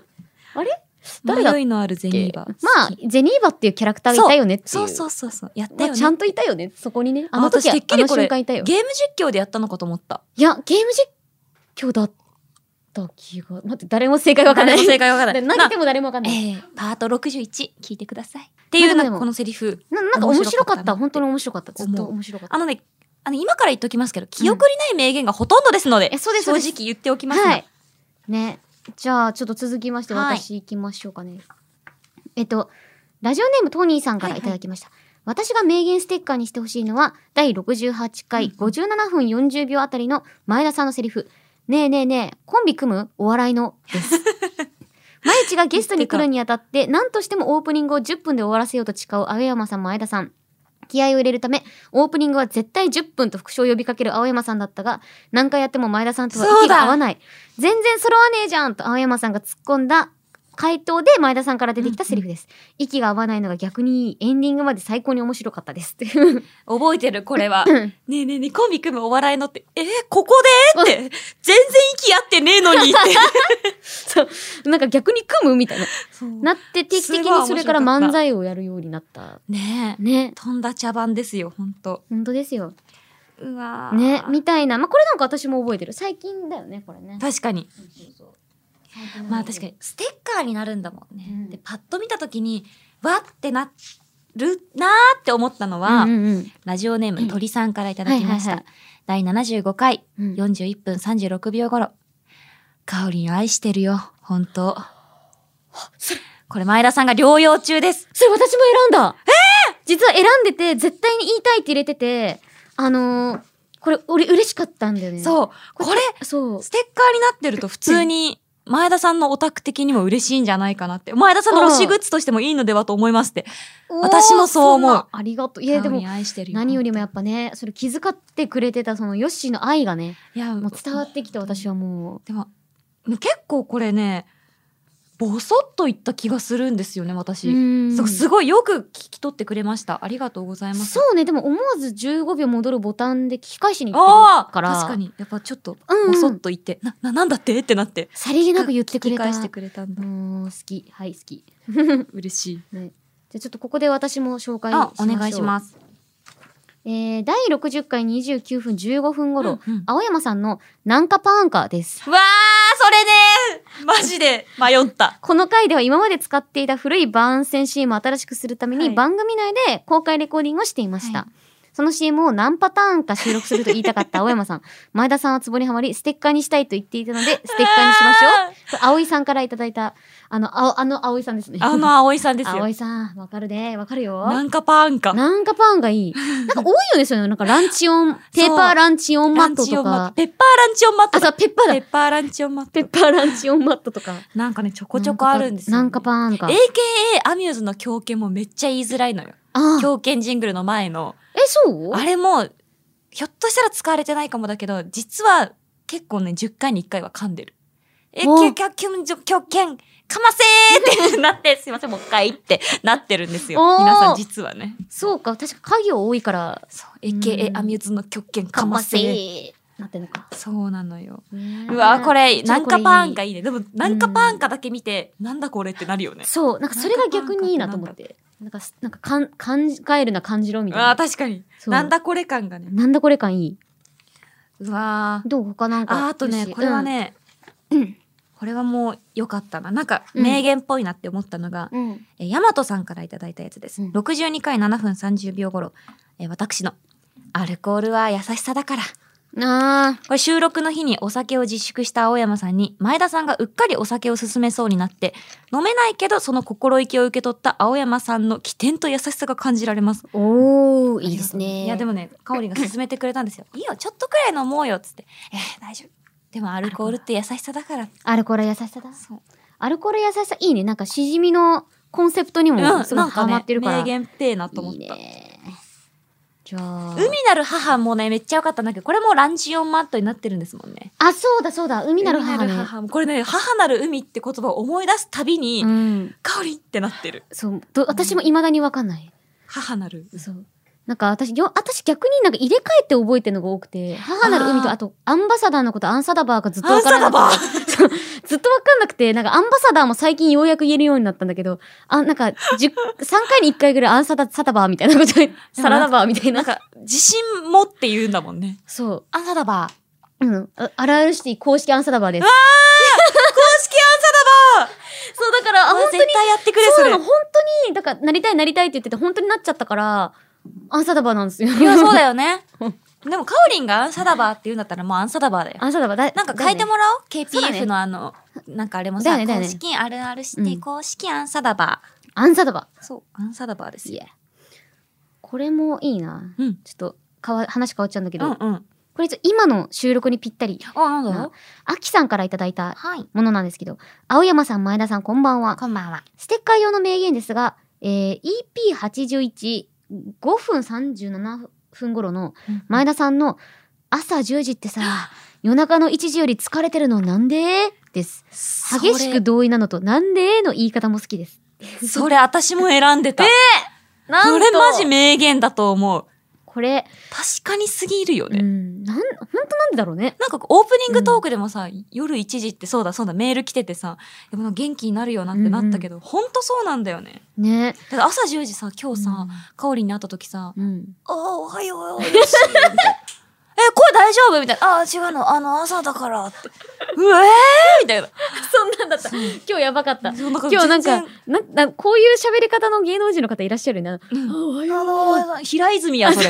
あれ誰だっ
迷いのあるゼニ
け
ーバ。
まあ
好き、
ゼニーバっていうキャラクターがいたよねっていう。。
そうそううそうそう。やった
ま
よ
あ、
ね。
ちゃんといたよね、そこにね。あ
あ
の時
私
は
てっき
あ
り
の
これ
瞬間いたよ。
ゲーム実況でやったのかと思った。
いや、ゲーム実況だった気が。待って、誰も正解がわかんない。
誰も正解わかんない
で投げても誰もわかんない。
えー、パート61聞いてください。っていう
まあ
な
で
ん
も
かこのセリフ。
ななんか面白か
面白か
っ。
ったた
本当に面白かった。ずっと
思う
面白かった。
あのね、あの今から言っときますけど、記憶にない名言がほとんどですので、
えそうですそ
正
うです
直言っておきますが、
はい。ね。じゃあ、ちょっと続きまして、
はい
私行きましょうかね。えっと、ラジオネームトニーさんからいただきました。私が名言ステッカーにしてほしいのは、第68回57分40秒あたりの前田さんのセリフ。ねえねえねえ、コンビ組むお笑いの。です。毎日がゲストに来るにあたって、何としてもオープニングを10分で終わらせようと誓う青山さん、前田さん。気合を入れるため、オープニングは絶対10分と復唱を呼びかける青山さんだったが、何回やっても前田さんとは息が合わない。全然揃わねえじゃんと青山さんが突っ込んだ回答で前田さんから出てきたセリフです。息が合わないのが逆にいいエンディングまで最高に面白かったです。 っていう
覚えてるこれは。
うん
ねえねえねえ、コンビ組むお笑いのって、えーここでって、 全然息合ってねえのにって。
なんか逆に組むみたいな。
そう
なって定期的にそれから漫才をやるようになった。
ねえ、
ね。
飛んだ茶番ですよ、ほんと。
本当ですよ。
うわー
ね。みたいな。まあ、これなんか私も覚えてる。最近だよね、これね。
確かに。
近
まあ確かに、ステッカーになるんだもんね。
うん
で、パッと見たときに、わってなるなーって思ったのは、
うんうんうん
ラジオネーム鳥さんからいただきました。
はいは
第75回、
うん
41分36秒頃。かおりん愛してるよ、本当これ前田さんが療養中です。
それ私も選んだえ実は選んでて、絶対に言いたいって入れてて、あのー、これ、俺、嬉しかったんだよね。う。
そう。これ、
そう。
ステッカーになってると普通に、前田さんのオタク的にも嬉しいんじゃないかなって。前田さんの推しグッズとしてもいいのではと思いますって。私もそう思う
おーんなありがとう。いや、で
かお
も
りん、愛してるよ。
何よりもやっぱね、それ気遣ってくれてた、そのヨッシーの愛がね、
いや、
もう伝わってきて私はも
でも結構これねボソッと言った気がするんですよね
う。
私、
うん
そうすごいよく聞き取ってくれましたありがとうございます
そうね、でも思わず15秒戻るボタンで聞き返しに行って
あ
る
あ
から。
確か。にやっぱちょっと
うん、
ボソッと言って、なななんだってってなって
さりげなく言ってくれた。
聞き返してくれたんだ、
もう好き。はい、好き。
嬉しい
じゃあちょっとここで私も紹介し
あ
ましょ
お
う。
願いします
えー、第60回29分15分頃、
うんうん
青山さんのなんかパーンカです。
わあそれねマジで迷った
この回では今まで使っていた古いバーン戦 CM を新しくするため
は
に
い
番組内で公開レコーディングをしていました。
は
その CM を何パターンか収録すると言いたかった青山さん。 前田さんはツボにはまり、ステッカーにしたいと言って いたので、ステッカーにしましょう。これ葵さんからいただいた、あの、あおあの葵さんですね。
あ の葵さんですよ
葵さん、わかるで、わかるよ。
なんかパーンか
なんかパンがいい。なんか多いよね、そういうの。なんかランチ オン、ペーパーランチオンマッ
ラ
トと
ンチオンマッ
か
ト。ペッパーランチオンマッ
あ、
ト
そ
だ
う、ペッパー
ペ
だ。
ッパーランチオンマット
ペッパーランチオンマットとか。
なんかねちょこちょこあるんですよ、ね、
なんかパンが。
AKA アミューズの狂犬もめっちゃ言いづらいのよ。
ああ。
狂犬ジングルの前の。
え、そう
あれも、ひょっとしたら使われてないかもだけど、実は結構ね、10回に1回は噛んでる。え、
お
狂狂狂狂狂犬、かませーってなって、すいません、もう一回ってなってるんですよ
お。ー
皆さん実はね。
そうか、確か家業多いから、
そう。
うん
AKA アミューズの狂犬、かませー。
ーなってんのか。
そうなのよ。
ねえ
うわ、これ、
ちょ
な
っ
ん
とこれ
か
いい
パーンかいいね。でも、なんかパーンかだけ見て、なんだこれってなるよね。
そう、なんかそれが逆にいいなと思って。なんか、なんか、かん、感じ、えるな感じろみたい
あ
な
あ、。確かに。
そう
なんだこれ感がね。
なんだこれ感いい。
うわー
どう他なんか。
ああと
よ
ね
し
これは、ね、これはもう良かったななんか
うん
名言っぽいなって思ったのが、
うん。
えー、大和さんからいただいたやつです、
うん
62回7分30秒頃、えー私の「アルコールは優しさだから」
うんああ。
これ収録の日にお酒を自粛した青山さんに前田さんがうっかりお酒を勧めそうになって飲めないけどその心意気を受け取った青山さんの起点と優しさが感じられます
おー、いいですね。
いやでもね、かおりんが勧めてくれたん ですよ。いいよ、ちょっとくらい飲もうよっつって。えー、大丈夫。でもアルコールって優しさだから。
アルコール優しさだ。
そう。
アルコール優しさいいね。なんかしじみのコンセプトにもすごいハマってるから。
名言っぺーなと思っ
い
た。
いね。じゃあ。
海なる母もね、めっちゃ良かったんだけど、これもうランジオンマットになってるんですもんね。
あ、そうだそうだ。海なる母
海なる
ね。
母もこれね、母なる海って言葉を思い出すたびに、
うん。
かおりんってなってる。
そう。ど私も未だにわかんない。
母なる。
そう。なんか私、よ私逆になんか入れ替えて覚えてるのが多くて、母なる海と、
あー
あと、アンバサダーのことアンサダバーがずっとわからな
アン
く
サ
て、そうずっとわかんなくて、なんかアンバサダーも最近ようやく言えるようになったんだけど、あ、なんか、10 3回に1回ぐらいアンサダ、サダバーみたいなこと言う、サラダバーみたい
なん
な。
か、自信もって言うんだもんね。
そう。
アンサダバー。
うん。あアラールシティ公式アンサダバーです。
公式アンサダバー
そう、だから、あ
あ、
本当に
絶、対やってくれ、そ
そう
れ
な。の、本当に、だから、なりたいなりたいって言ってて、本当になっちゃったから、アンサダバーなんですよ。
いや、そうだよね
うん。
でも、カオリンがアンサダバーって言うんだったら、もうアンサダバーだよ。
アンサダバーだ、
なんか変えてもらおう。
そうだね
KPF のあの、なんかあれも
だ
さ、
よねだよ
公
ね
式あるあるし
う
て、
ん
公式アンサダバ
アンサダバ
ー。そう、アンサダバーで
ー。
す
い
よ。
や。これもいいな。
うん。
ちょっと、かわ、話変わっちゃうんだけ
う
ど、
んうん。
これちょっと今の収録にぴったり。
あ、なんだ
な
ろう
アキさんからいただいた
はい。
ものなんですけど、青山さん、前田さん、こんばんは。
こんばんは。
ステッカー用の名言ですが、えー、EP81、5分37分頃の前田さんの朝10時ってさ、夜中の1時より疲れてるのなんでです。激しく同意なのと、なんでの言い方も好きです。
それ私も選んでた。え
な
こ
ん
れ
と
マジ名言だと思う。
これ、
確かにすぎるよ
う
ね。
ん、なん、ほんとなんでだろうね。
なんかオープニングトークでもさ、夜1時ってそうだそうだメール来ててさ、でもなんか元気になるよなってなったけど、ほんとそうなんだよね。
ね。
だから朝10時さ、今日さ、かおりに会った時さ、
うん。
ああ、おはよ うよ、よし。みたいなえ、声大丈夫みたいな。ああ、違うの、あの、朝だからって。うえーみたいな。
そんなんだった。今日やばかった。
そうなんか
今日なんか
全、
ななこういう喋り方の芸能人の方いらっしゃるね。あ
ん
おは
然あ
よう。
のー、平泉や、それ。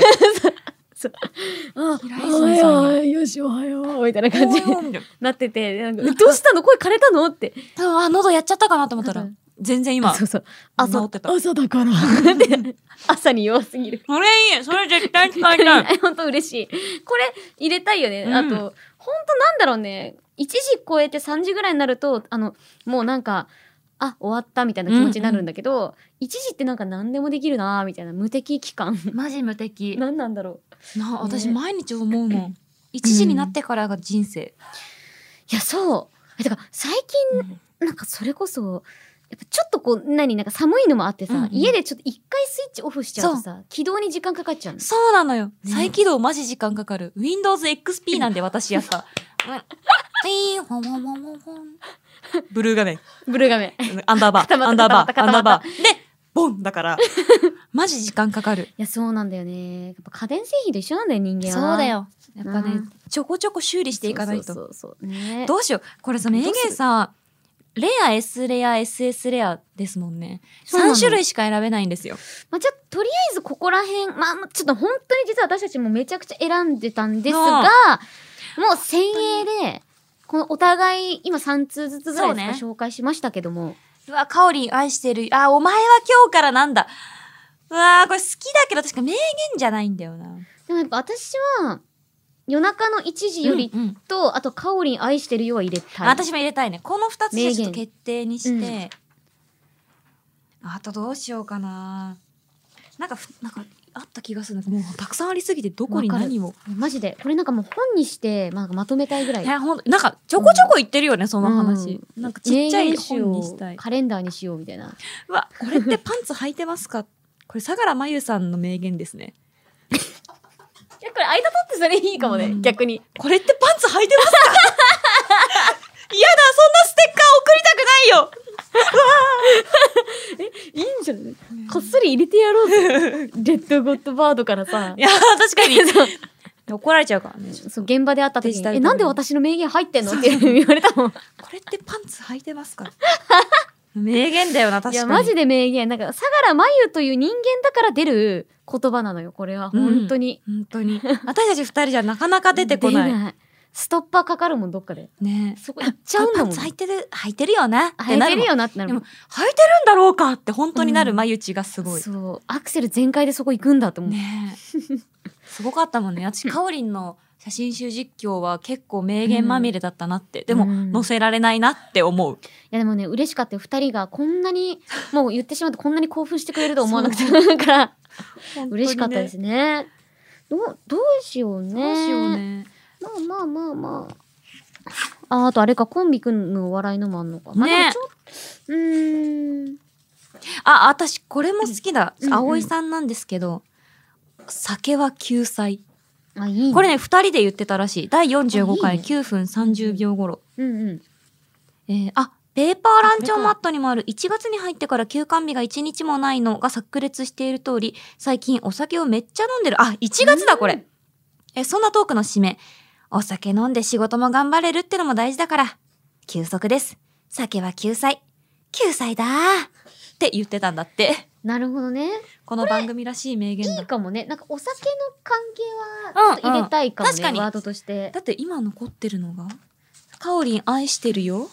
あ
平
おは
泉さんや
よう。よし、おはよう。みたいな感じに
おはようみたい
なってて、なんかどうしたの声枯れたのって。
なああ、喉やっちゃったかなと思ったら
うん、
全然今
そ、うそう。
治
朝
ってた。
朝だ から。って朝に弱すぎる。
それいいそれ絶対使いたい。
本当嬉しい。これ入れたいよね。
うん
あと、本当なんだろうね。1時超えて3時ぐらいになると、あの、もうなんか、あ、終わったみたいな気持ちになるんだけど、1時ってなんか何でもできるなみたいな無敵期間。
マジ無敵。
何なんだろう。
なあ
ね
私毎日思う もん1時になってからが人生、
いや、そう。えてか、最近、なんかそれこそ、やっぱちょっとこう、何、なんか寒いのもあってさ、
うんうん
家でちょっと一回スイッチオフしちゃうとさ、起動に時間かかっちゃうの。
そうなのよ、
ね
再起動マジ時間かかる Windows XP なんで私やさピーンホンホンホンホンホンブルー画面
ブルー画 面。
アンダーバ
固
ー
まった
アンダーバー
固
アン
ま
ダ
っ
ー
た
バーでボンだからマジ時間かかる
いや、そうなんだよね。やっぱ家電製品と一緒なんだよ、人間は。
そうだ。よやっぱね、
うん
ちょこちょこ修理していかないと
そうそうそう。ね。
どうしようこれさ名言さレア S レア SS レアですもんね
そうなの
3種類しか選べないんですよ
まあ、じゃあ、とりあえずここら辺、まあ、まあちょっと本当に実は私たちもめちゃくちゃ選んでたんですが、
あ
もう先鋭で、このお互い、今3通ずつぐらいですか、
そ
紹介しましたけども。
うわ、かおりん愛してる。あ、お前は今日からなんだ。うわー、これ好きだけど、確か名言じゃないんだよな。
でもやっぱ私は、夜中の1時より
うんうん
と、あと、かおりん愛してるよは入れたい。
私も入れたいね。この二つじゃちょっと
名言
決定にして、あとどうしようかな。なんかふ、なんか、あった気がするんだけどもうたくさんありすぎて、どこに
わかる
何を。
マジで、これなんかもう本にして、まあ、まとめたいぐらい。
いや、ほんとなんか、ちょこちょこ言ってるよね、その話。
うん
なんか、ちっちゃ
名
い
言集
本にし
を
たい。
カレンダーにしようみたいな。
うわ、これってパンツ履いてますかこれ、相良真由さんの名言ですね。
いや、これ間取ってそれいいかもね、逆に。
これってパンツ履いてますか 嫌だそんなステッカー送り
いいんじゃないこっそり入れてやろ うぜ。レッドゴッドバードからさ
たくない。よいや確か に怒られちゃうからね
そう、現場で会った
デ
時
ジ
に、
タル
え、なんで私の名言入ってんのって言われたもん。
これってパンツ履いてますか名言だよな確か
い
に
や、マジで名言。なんか、相良真由という人間だから出る言葉なのよ、これは。
うん
本当に。
本当に私たち二人じゃなかなか出てこない
ストッパーかかるもん、どっかで。
ねえ
そこ行っちゃうんだ
パ
も
ン
ん。
ツ履
入
いてる履いてるよなって
っ
な
て
るも
る
ん
よなってなるもん
で。履いてるんだろうかって本当になる眉打ちがすごい、
そう。アクセル全開でそこ行くんだと思う。
ねえすごかったもんね私かおりんの写真集実況は結構名言まみれだったなって、でも
うん
載せられないなって思う
いやでもね、嬉しかったよ。二人がこんなに、もう言ってしまってこんなに興奮してくれると思わなくて、なんか、嬉しかったですね。どう、どうしようね。
どうしよう。ね
まあまあまあまあ。あ、あとあれか、コンビくんのお笑いのもあんのか。まあ
ね
でもちょうーん。
あ私これも好きだ
うんうん
葵さんなんですけど酒は救済
あ、いい、ね。
これね2人で言ってたらしい第45
あい
回
いね
9分30秒頃
うんうん。
えーあペーパーランチョンマットにもある1月に入ってから休館日が1日もないのが炸裂している通り最近お酒をめっちゃ飲んでるあ1月だこれ、えそんなトークの締めお酒飲んで仕事も頑張れるってのも大事だから休息です酒は救済救済だーって言ってたんだって
なるほどね。
この番組らしい名言
い
だ
いかもね。なんかお酒の関係は、ちょっと入れたいかもね。
うんうん確かに
ワードとして。
だって今残ってるのがかおりん愛してるよ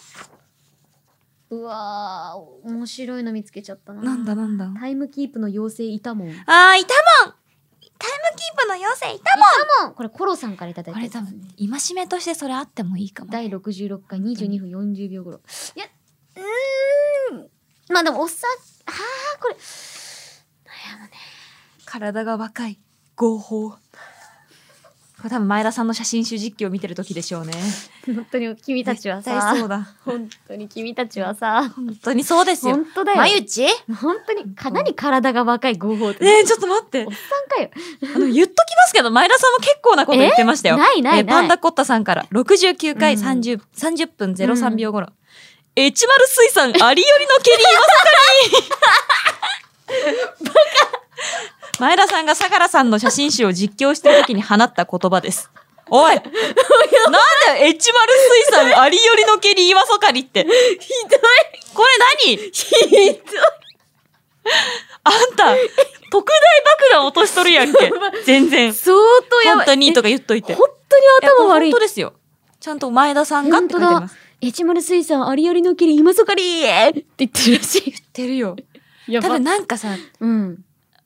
うわー、面白いの見つけちゃったな。
なんだなんだ
タイムキープの妖精いたもん。い
あーいたもんタイムキープの妖精いた
たもんこれコロさんからいただ
こ
いた
れ
やつ
多
ですね。
分戒めとしてそれあってもいいかも
第66回22分40秒頃いやうーんまあでもおっさんあーこれ
体が若い合法これ多分前田さんの写真集実況を見てる時でしょうね。
本当に君たちは
絶対そ
さ
うだ。
本当に君たちはさ
本当にそうですよ。
本当だよ
まゆちね
本当にかなり体が若い合法って
え、ちょっと待って
おっ。さんかよ
あの、言っときますけど、前田さんも結構なこと言ってましたよ。
ないな
え
い
ーパ
な
ン
い
ダコッタさんから69回
うん
30、30分03秒頃。エチマル水産ありよりのケリーまさかにバカ前田さんが相良さんの写真集を実況してる時に放った言葉です。おい なんだよ、エチマル水産ありよりのケリーまさかりって。ひどい。これ何ひどい。あんた、特大爆弾落としとるやんけ。全然。
相当やば
本
い
当にとか言っといて。
え本当に頭悪い
いやこれ本当ですよ。ちゃんと前田さんがって書いてあります。
エチマル水産ありよりのきり今そかりーって言ってるらし
言ってるよ。
いや
多分なんかさ、
うん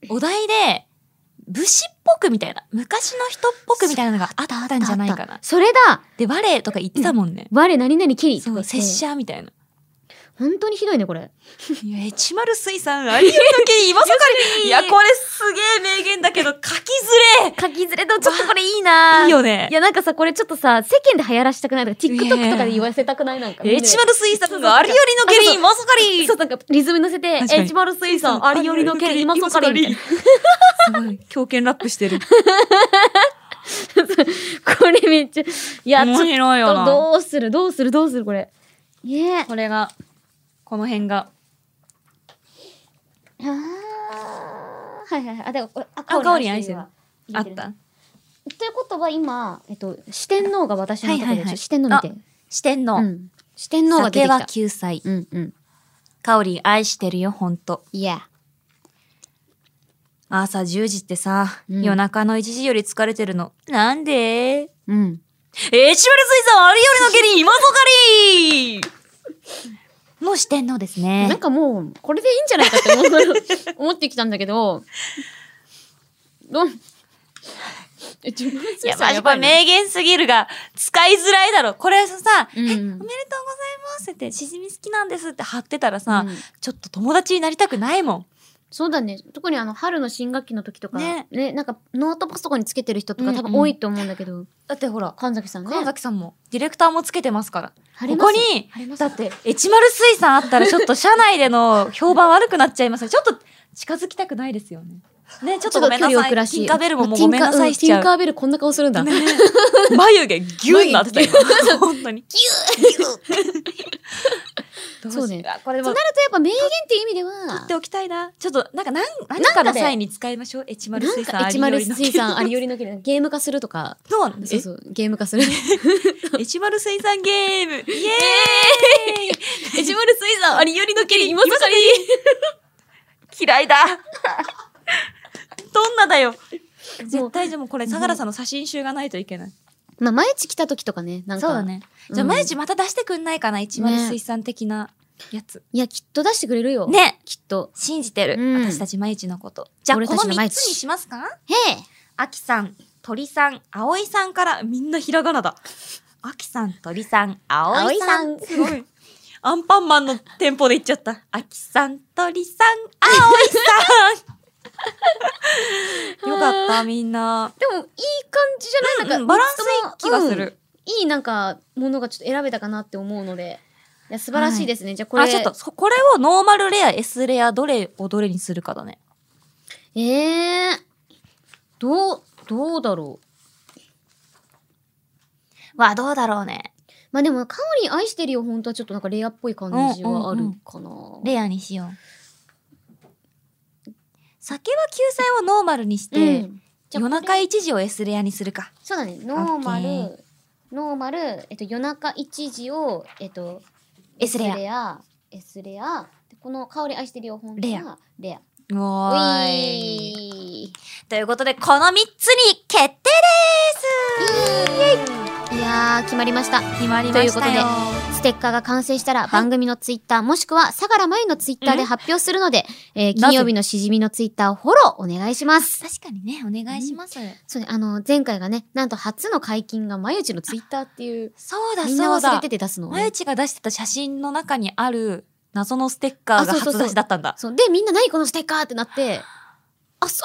お題で、武士っぽくみたいな、昔の人っぽくみたいなのがあったんじゃないか
あっ
な
た。それだ
で、我とか言ってたもんね。
我何々きりと
そ
か言
う、
って
拙者みたいな。
本当にひどいねこれ
いや、エチマル水産ありよりのけに今そかり。いや、これすげえ名言だけど、書きずれ
書きずれとちょっとこれいいない
い
い
いよね
い。やなんかさこれちょっとさ世間で流行らしたくないとか
いやい
TikTok
や
とかで言わせたくないなんか
エチマル水産ありよりのけに今そかり。
そうなんかリズムに乗せて
確かに
エチマル水産ありよりのきり今そかりみたいな
すごい、狂犬ラップしてる。
これめっちゃいやちょ
面
っ
白いよ
と
な。
どうするどうするどうするこれねえ
これが、この辺が。
あーはいはいはいあでもこれあ
あ、かおりん愛
愛し
してて
る
るあ
わ。入れ
って
る
た。
ということは今、えっと、四天王が私のところ
はい
で、
はいはい
ちょっと四天王見て。
四天
う
王。
ん。四天王が
酒
出てき
は
た。
救済。
うんうん。
かおりん愛してるよ、ほんと。
いや。
朝10時ってさ、
うん
夜中の1時より疲れてるの。なんで
うん。
えー、しばる水産ありよりのけに今ぞかりの四天王です
なん
ね。
かもう、これでいいんじゃないかって思う 思ってきたんだけど、どん。え、自分
い
水
や、
産
マ
や
ジこ
ば
れ
いね。
名言すぎるが、使いづらいだろ。これさ、
うん
えおめでとうございますって、しじみ好きなんですって貼ってたらさ、
うん
ちょっと友達になりたくないもん。
そうだね。特にあの、春の新学期の時とか、
ね
ね、なんか、ノートパソコンにつけてる人と
う
か
んうん
多分多いと思うんだけど、
だってほら、
神崎さんね。
神崎さんも、ディレクターもつけてますから。
晴れ
こ
ま
こ
す
に
晴れ、ます
だって、エチマル水産あったらちょっと社内での評判悪くなっちゃいますよちょっと近づきたくないですよね。ね、ちょっ
ちょ
とご
っと距
めんな
離
さ
を置くら
い。
し
ティ
い。
ンカーベルももう
ティ
ご
ン
めん
カ
なさ
う
い
ん
しち
ティ
ゃ
ンカ
う。
ーベルこんな顔するんだ。
眉毛ギュンになってた今。本当に。ギュー
そうね
これで
と
も、
なるとやっぱ名言っていう意味で
取
は
って、おきたいな。ちょっと、なんか何、何かの際に使いましょう。エチマル
なん
水産
か
あ
エ
り
チ
よ
マル
りの
水産ありよりのけどゲーム化するとか、
どうなんです
そうそう、ゲーム化する。エチ
エチマル水産ゲームイエーイ
マル水産ありよりのけり今
今
更
更嫌いだどんなだよ絶対じゃあもうこれ相良さんの写真集がないといけない
まあ、毎日来た時とかね、なんか。
そうだ。ね
うん
じゃあ毎日また出してくんないかな一丸水産的なやつ
いや、きっと出してくれるよ。。
ね
きっと。
信じてる、
うん
私たち毎日のことじゃあこ
俺
の
たちの
3
毎
つ
日
にしますか
へ
あきさん鳥さん葵さんからみんなひらがなだあきさん鳥さん葵さん
葵さん
すごいアンパンマンの店舗で行っちゃったあきさん鳥さん葵 さんよかったみんな
でも、いい感じじゃないなんか、
バランスいい気がする、
うん。いいなんか、ものがちょっと選べたかなって思うので。いや、素晴らしいですね。じゃあこれ。
あちょっと。そこれをノーマルレア S レアどれをどれにするかだね
ええー。どう、どうだろう。
わどうだろうね
まあでも、かおりん愛してるよ、本当はちょっとなんかレアっぽい感じはあるかな。
レアにしよう酒は救済をノーマルにして、
うんじゃあ
夜中1時を S レアにするか
そうだね。ノーマ
オッ
ル、ノーマル、えっと、夜中1時を、えっと、
S レア
レア、S レア、でこの香り愛してるよ、本
レア
はレア。
お
お
ーい
い。
ということで、この3つに決定です
いやー、決まりました。
決まりましたよ。
ステッカーが完成したら、番組のツイッター、もしくは、相良真由のツイッターで発表するので、えー
なぜ
金曜日のしじみのツイッターをフォローお願いします。
確かにね、お願いします。
そうね、あの、前回がね、なんと初の解禁が、まゆちのツイッターっていう、
そうだ
みんな
そう
忘れ
だ
て。て出すのをね。
まゆちが出してた写真の中にある謎のステッカーが
あそうそうそう
初出しだったんだ。
そう。で、みんな何このステッカーってなって、あ、そ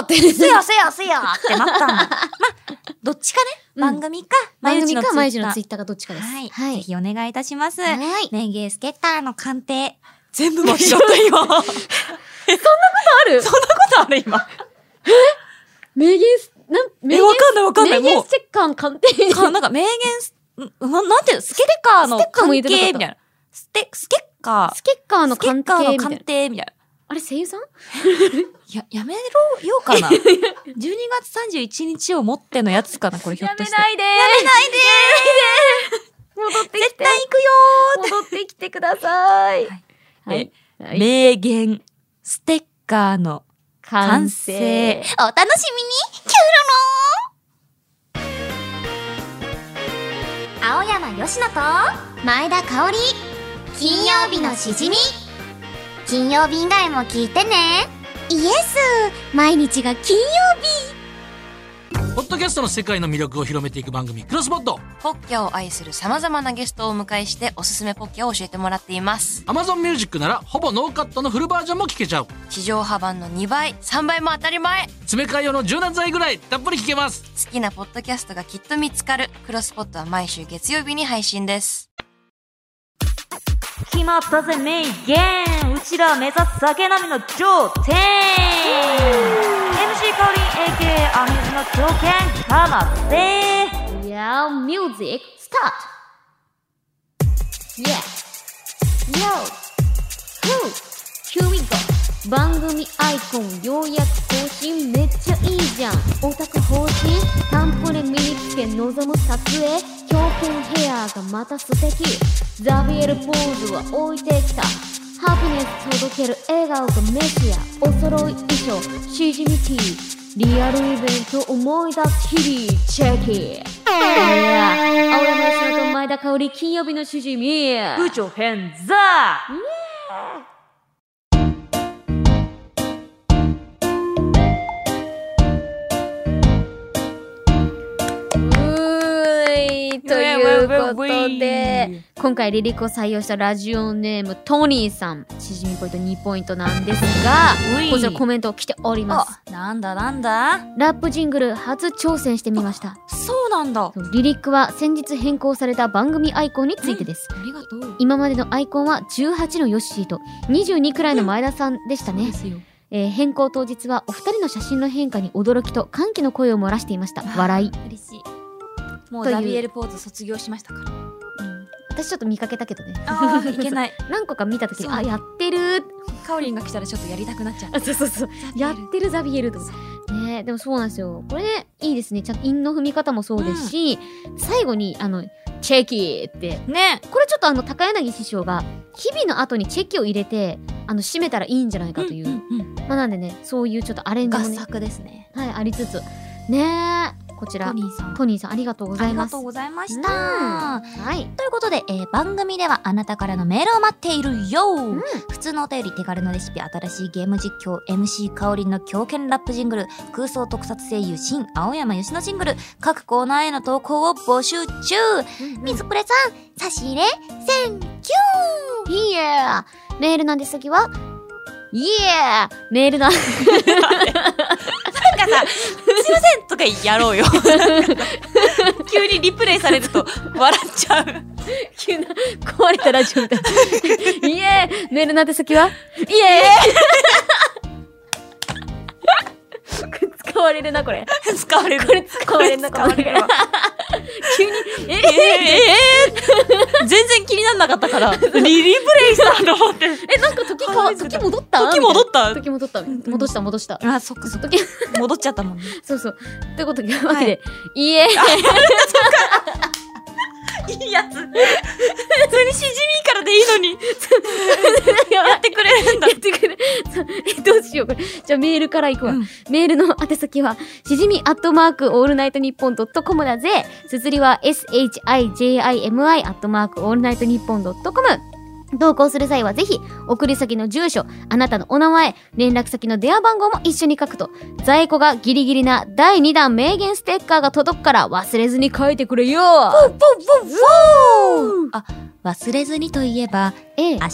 ーって。
せやせやせやってなっ たんだ。まあ、どっちかね、
うん
番組か、
番組か、毎
毎日
日
の
の
ツ
ツ
イ
イ
ッ
ッターかどっちか
ター。
です。
はい。
は
ぜ
い。
ひお願いいたします。
はい
年芸スケッターの鑑定。全部間違った今。そんなことあ
る
そんなことある今。
名言す、なん、名
え、
言
わかんないわかんない。
名言
も
ステッカーの鑑定。
う、かなんか名言す、んななんていうのスケッカーの
ステッカー
関
も入れてなかっ
係
た
みたいな。ステ、スケッカー。
スケッカーの
スケ
鑑
ッ
定
カーの
みたいな
鑑。定みたいな。
あれ、声優さん
や、やめろようかな。12月31日をもってのやつかな、これひょっとして。
いでーやめないで
戻って
絶対行くよ
戻ってきてください。
ーはい。は
ー
い
名言、ステッカーの完成。お楽しみに
青山よしのと前田香織金曜日のしじみ金曜日以外も聞いてねイエス毎日が金曜
ポッドキャストの世界の魅力を広めていく番組、クロスボット。
ポッキャを愛する様々なゲストをお迎えしておすすめポッキャを教えてもらっています。
Amazon Music ならほぼノーカットのフルバージョンも聞けちゃう。
地上波版の2倍、3倍も当たり前。好
詰め替え用の柔軟剤ぐらいたっぷり聞けます。
きなポッドキャストがきっと見つかる。クロスポットは毎週月曜日に配信です。
決まったぜ、名言うちら目指す酒並みの頂点 !MC 香り AKA アミューズの条件かまって
いやー、ミュージック、スタート !Yeah! Yo! Yo! Here we go! 番組アイコン、ようやく更新、めっちゃいいじゃんオタク方針タンポレ身につけ、望む撮影狂犬ヘアがまた素敵ザビエルポーズは置いてきたハピネス届ける笑顔がメシアお揃い衣装、しじみティーリアルイベント思い出す日々、チェキ青山佳乃と前田香織金曜日のしじみ
部長変ザ
うーいということで今回リリコ採用したラジオネームトニーさんしじみポイント2ポイントなんですが
うい
こちらコメント来ております
なんだなんだ
ラップジングル初挑戦してみました
そうなんだ
リリックは先日変更された番組アイコンについてです、
ありがとう
今までのアイコンは18のヨッシーと22くらいの前田さんでしたね、
すよ
えー変更当日はお二人の写真の変化に驚きと歓喜の声を漏らしていました笑い
嬉しいもう
という
ザビエルポーズ卒業しましたから
私ちょっと見かけたけどね
あーいけない
何個か見た時に
そう
あやってる
カオリンが来たらちょっとやりたくなっちゃう
あそうそうそうやってるザビエルと
そ
ねえでもそうなんですよこれねいいですねちゃんと韻の踏み方もそうですし、最後にあのチェキって
ね
これちょっとあの高柳師匠が日々の後にチェキを入れてあの締めたらいいんじゃないかという、まあなんでねそういうちょっとアレンジも
合
ね、
作ですね
はい、ありつつねえこちら
トニーさん
トニーさんありがとうござ
あ
い
り
ま
が
す
とうございまし
う
た
はい
ということで、えー番組ではあなたからのメールを待っているよ、
ん
普通のお便り手軽のレシピ新しいゲーム実況 MC 香りの狂犬ラップジングル空想特撮声優新青山吉野ジングル各コーナーへの投稿を募集中
水プレさん差し入れセンキュー
いいえメールなんです時は、いいえメールな、
なん かさ、すいませんとかやろうよ。急にリプレイされると笑っちゃう。
急な、壊れたラジオみたい な。いいえメールなんです時は、いいえ使われるな、これ。
使われる。
これ使われるな、これ。急に、え
えー、えー、全然気にならなかったから、リリプレイしたと 思って。
え、なんか時変わ、時戻った
時戻っ
みい
た
な。時戻った。戻した、戻した。
あ、そっかそっか。
時、
戻っちゃったもんね。
そうそう。ということで、わけで、いいえ
いいやつ。普通にしじみからでいいの に、やってくれるんだ
や。ってくれ。そうえどうしよう、これ。じゃあメールからいくわ。
うん
メールの宛先は、しじみアットマークオールナイトニッポンドットコムだぜ。つづりは shijimi アットマークオールナイトニッポンドットコム。投稿する際はぜひ、送り先の住所、あなたのお名前、連絡先の電話番号も一緒に書くと、在庫がギリギリな第2弾名言ステッカーが届くから忘れずに書いてくれよ
あ、忘れずにといえば、
ええ
明日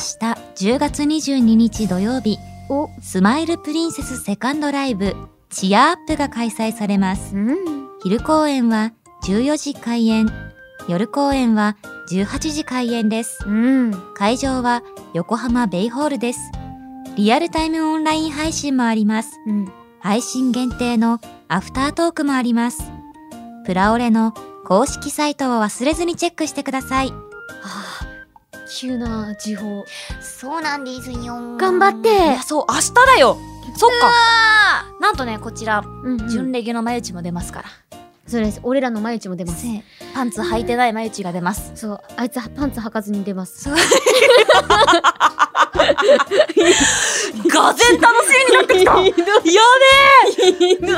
10月22日土曜日
お、
スマイルプリンセスセカンドライブチアアップが開催されます
うん。
昼公演は14時開演夜公演は18時開演です
うん。
会場は横浜ベイホールですリアルタイムオンライン配信もあります
うん。
配信限定のアフタートークもありますプラオレの公式サイトを忘れずにチェックしてください
急な時報。
そうなんですよ。
頑張っ
い
て
や、そう明日だよそっかなんとねこちら
うんうん
純レギュの眉内も出ますから、
そうです。俺らの眉内も出ます。
せパンツ履いてない眉内が出 ます
そう。あいつはパンツ履かずに出ます。
そうがぜん楽しみになってきたやべえド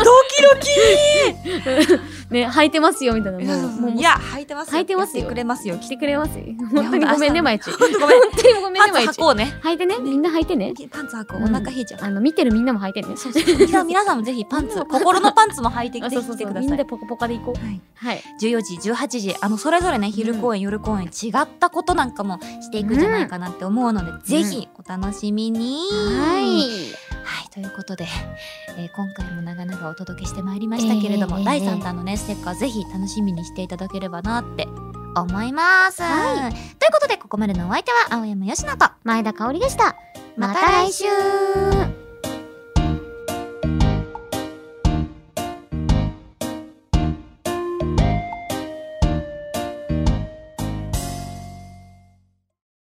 キドキ
ね、履いてますよ、みたいな。もうもう
いや履いてますよ
履いてますよ
やってくれますよ
来てくれます本当にごめんね、毎日。本
ごめん
当にごめん
パ
ね、
ンツ
毎
履
日。
こうね
履いてね。みんな履いてね。
パンツ履こう
う
お
ん
腹冷えちゃう
あの、見てるみんなも履いてね。
皆皆さんもぜひパンツ心のパンツも履いて
あ
きて
そう
き
そう
て
そう
くだ
みん
さ
ないでポカポカでいこう。
はい
はい。
14時18時あのそれぞれね昼公演、夜公演違ったことなんかもしていくんじゃないかなって思うので、ぜひお楽しみに、はい、
はい。
ということで、えー今回も長々お届けしてまいりましたけれども、
ええ
第3弾のねステッカーぜひ楽しみにしていただければなって思います、ということでここまでのお相手は青山佳乃と
前田香織でした。ま
ま
た
た
来
来
週
週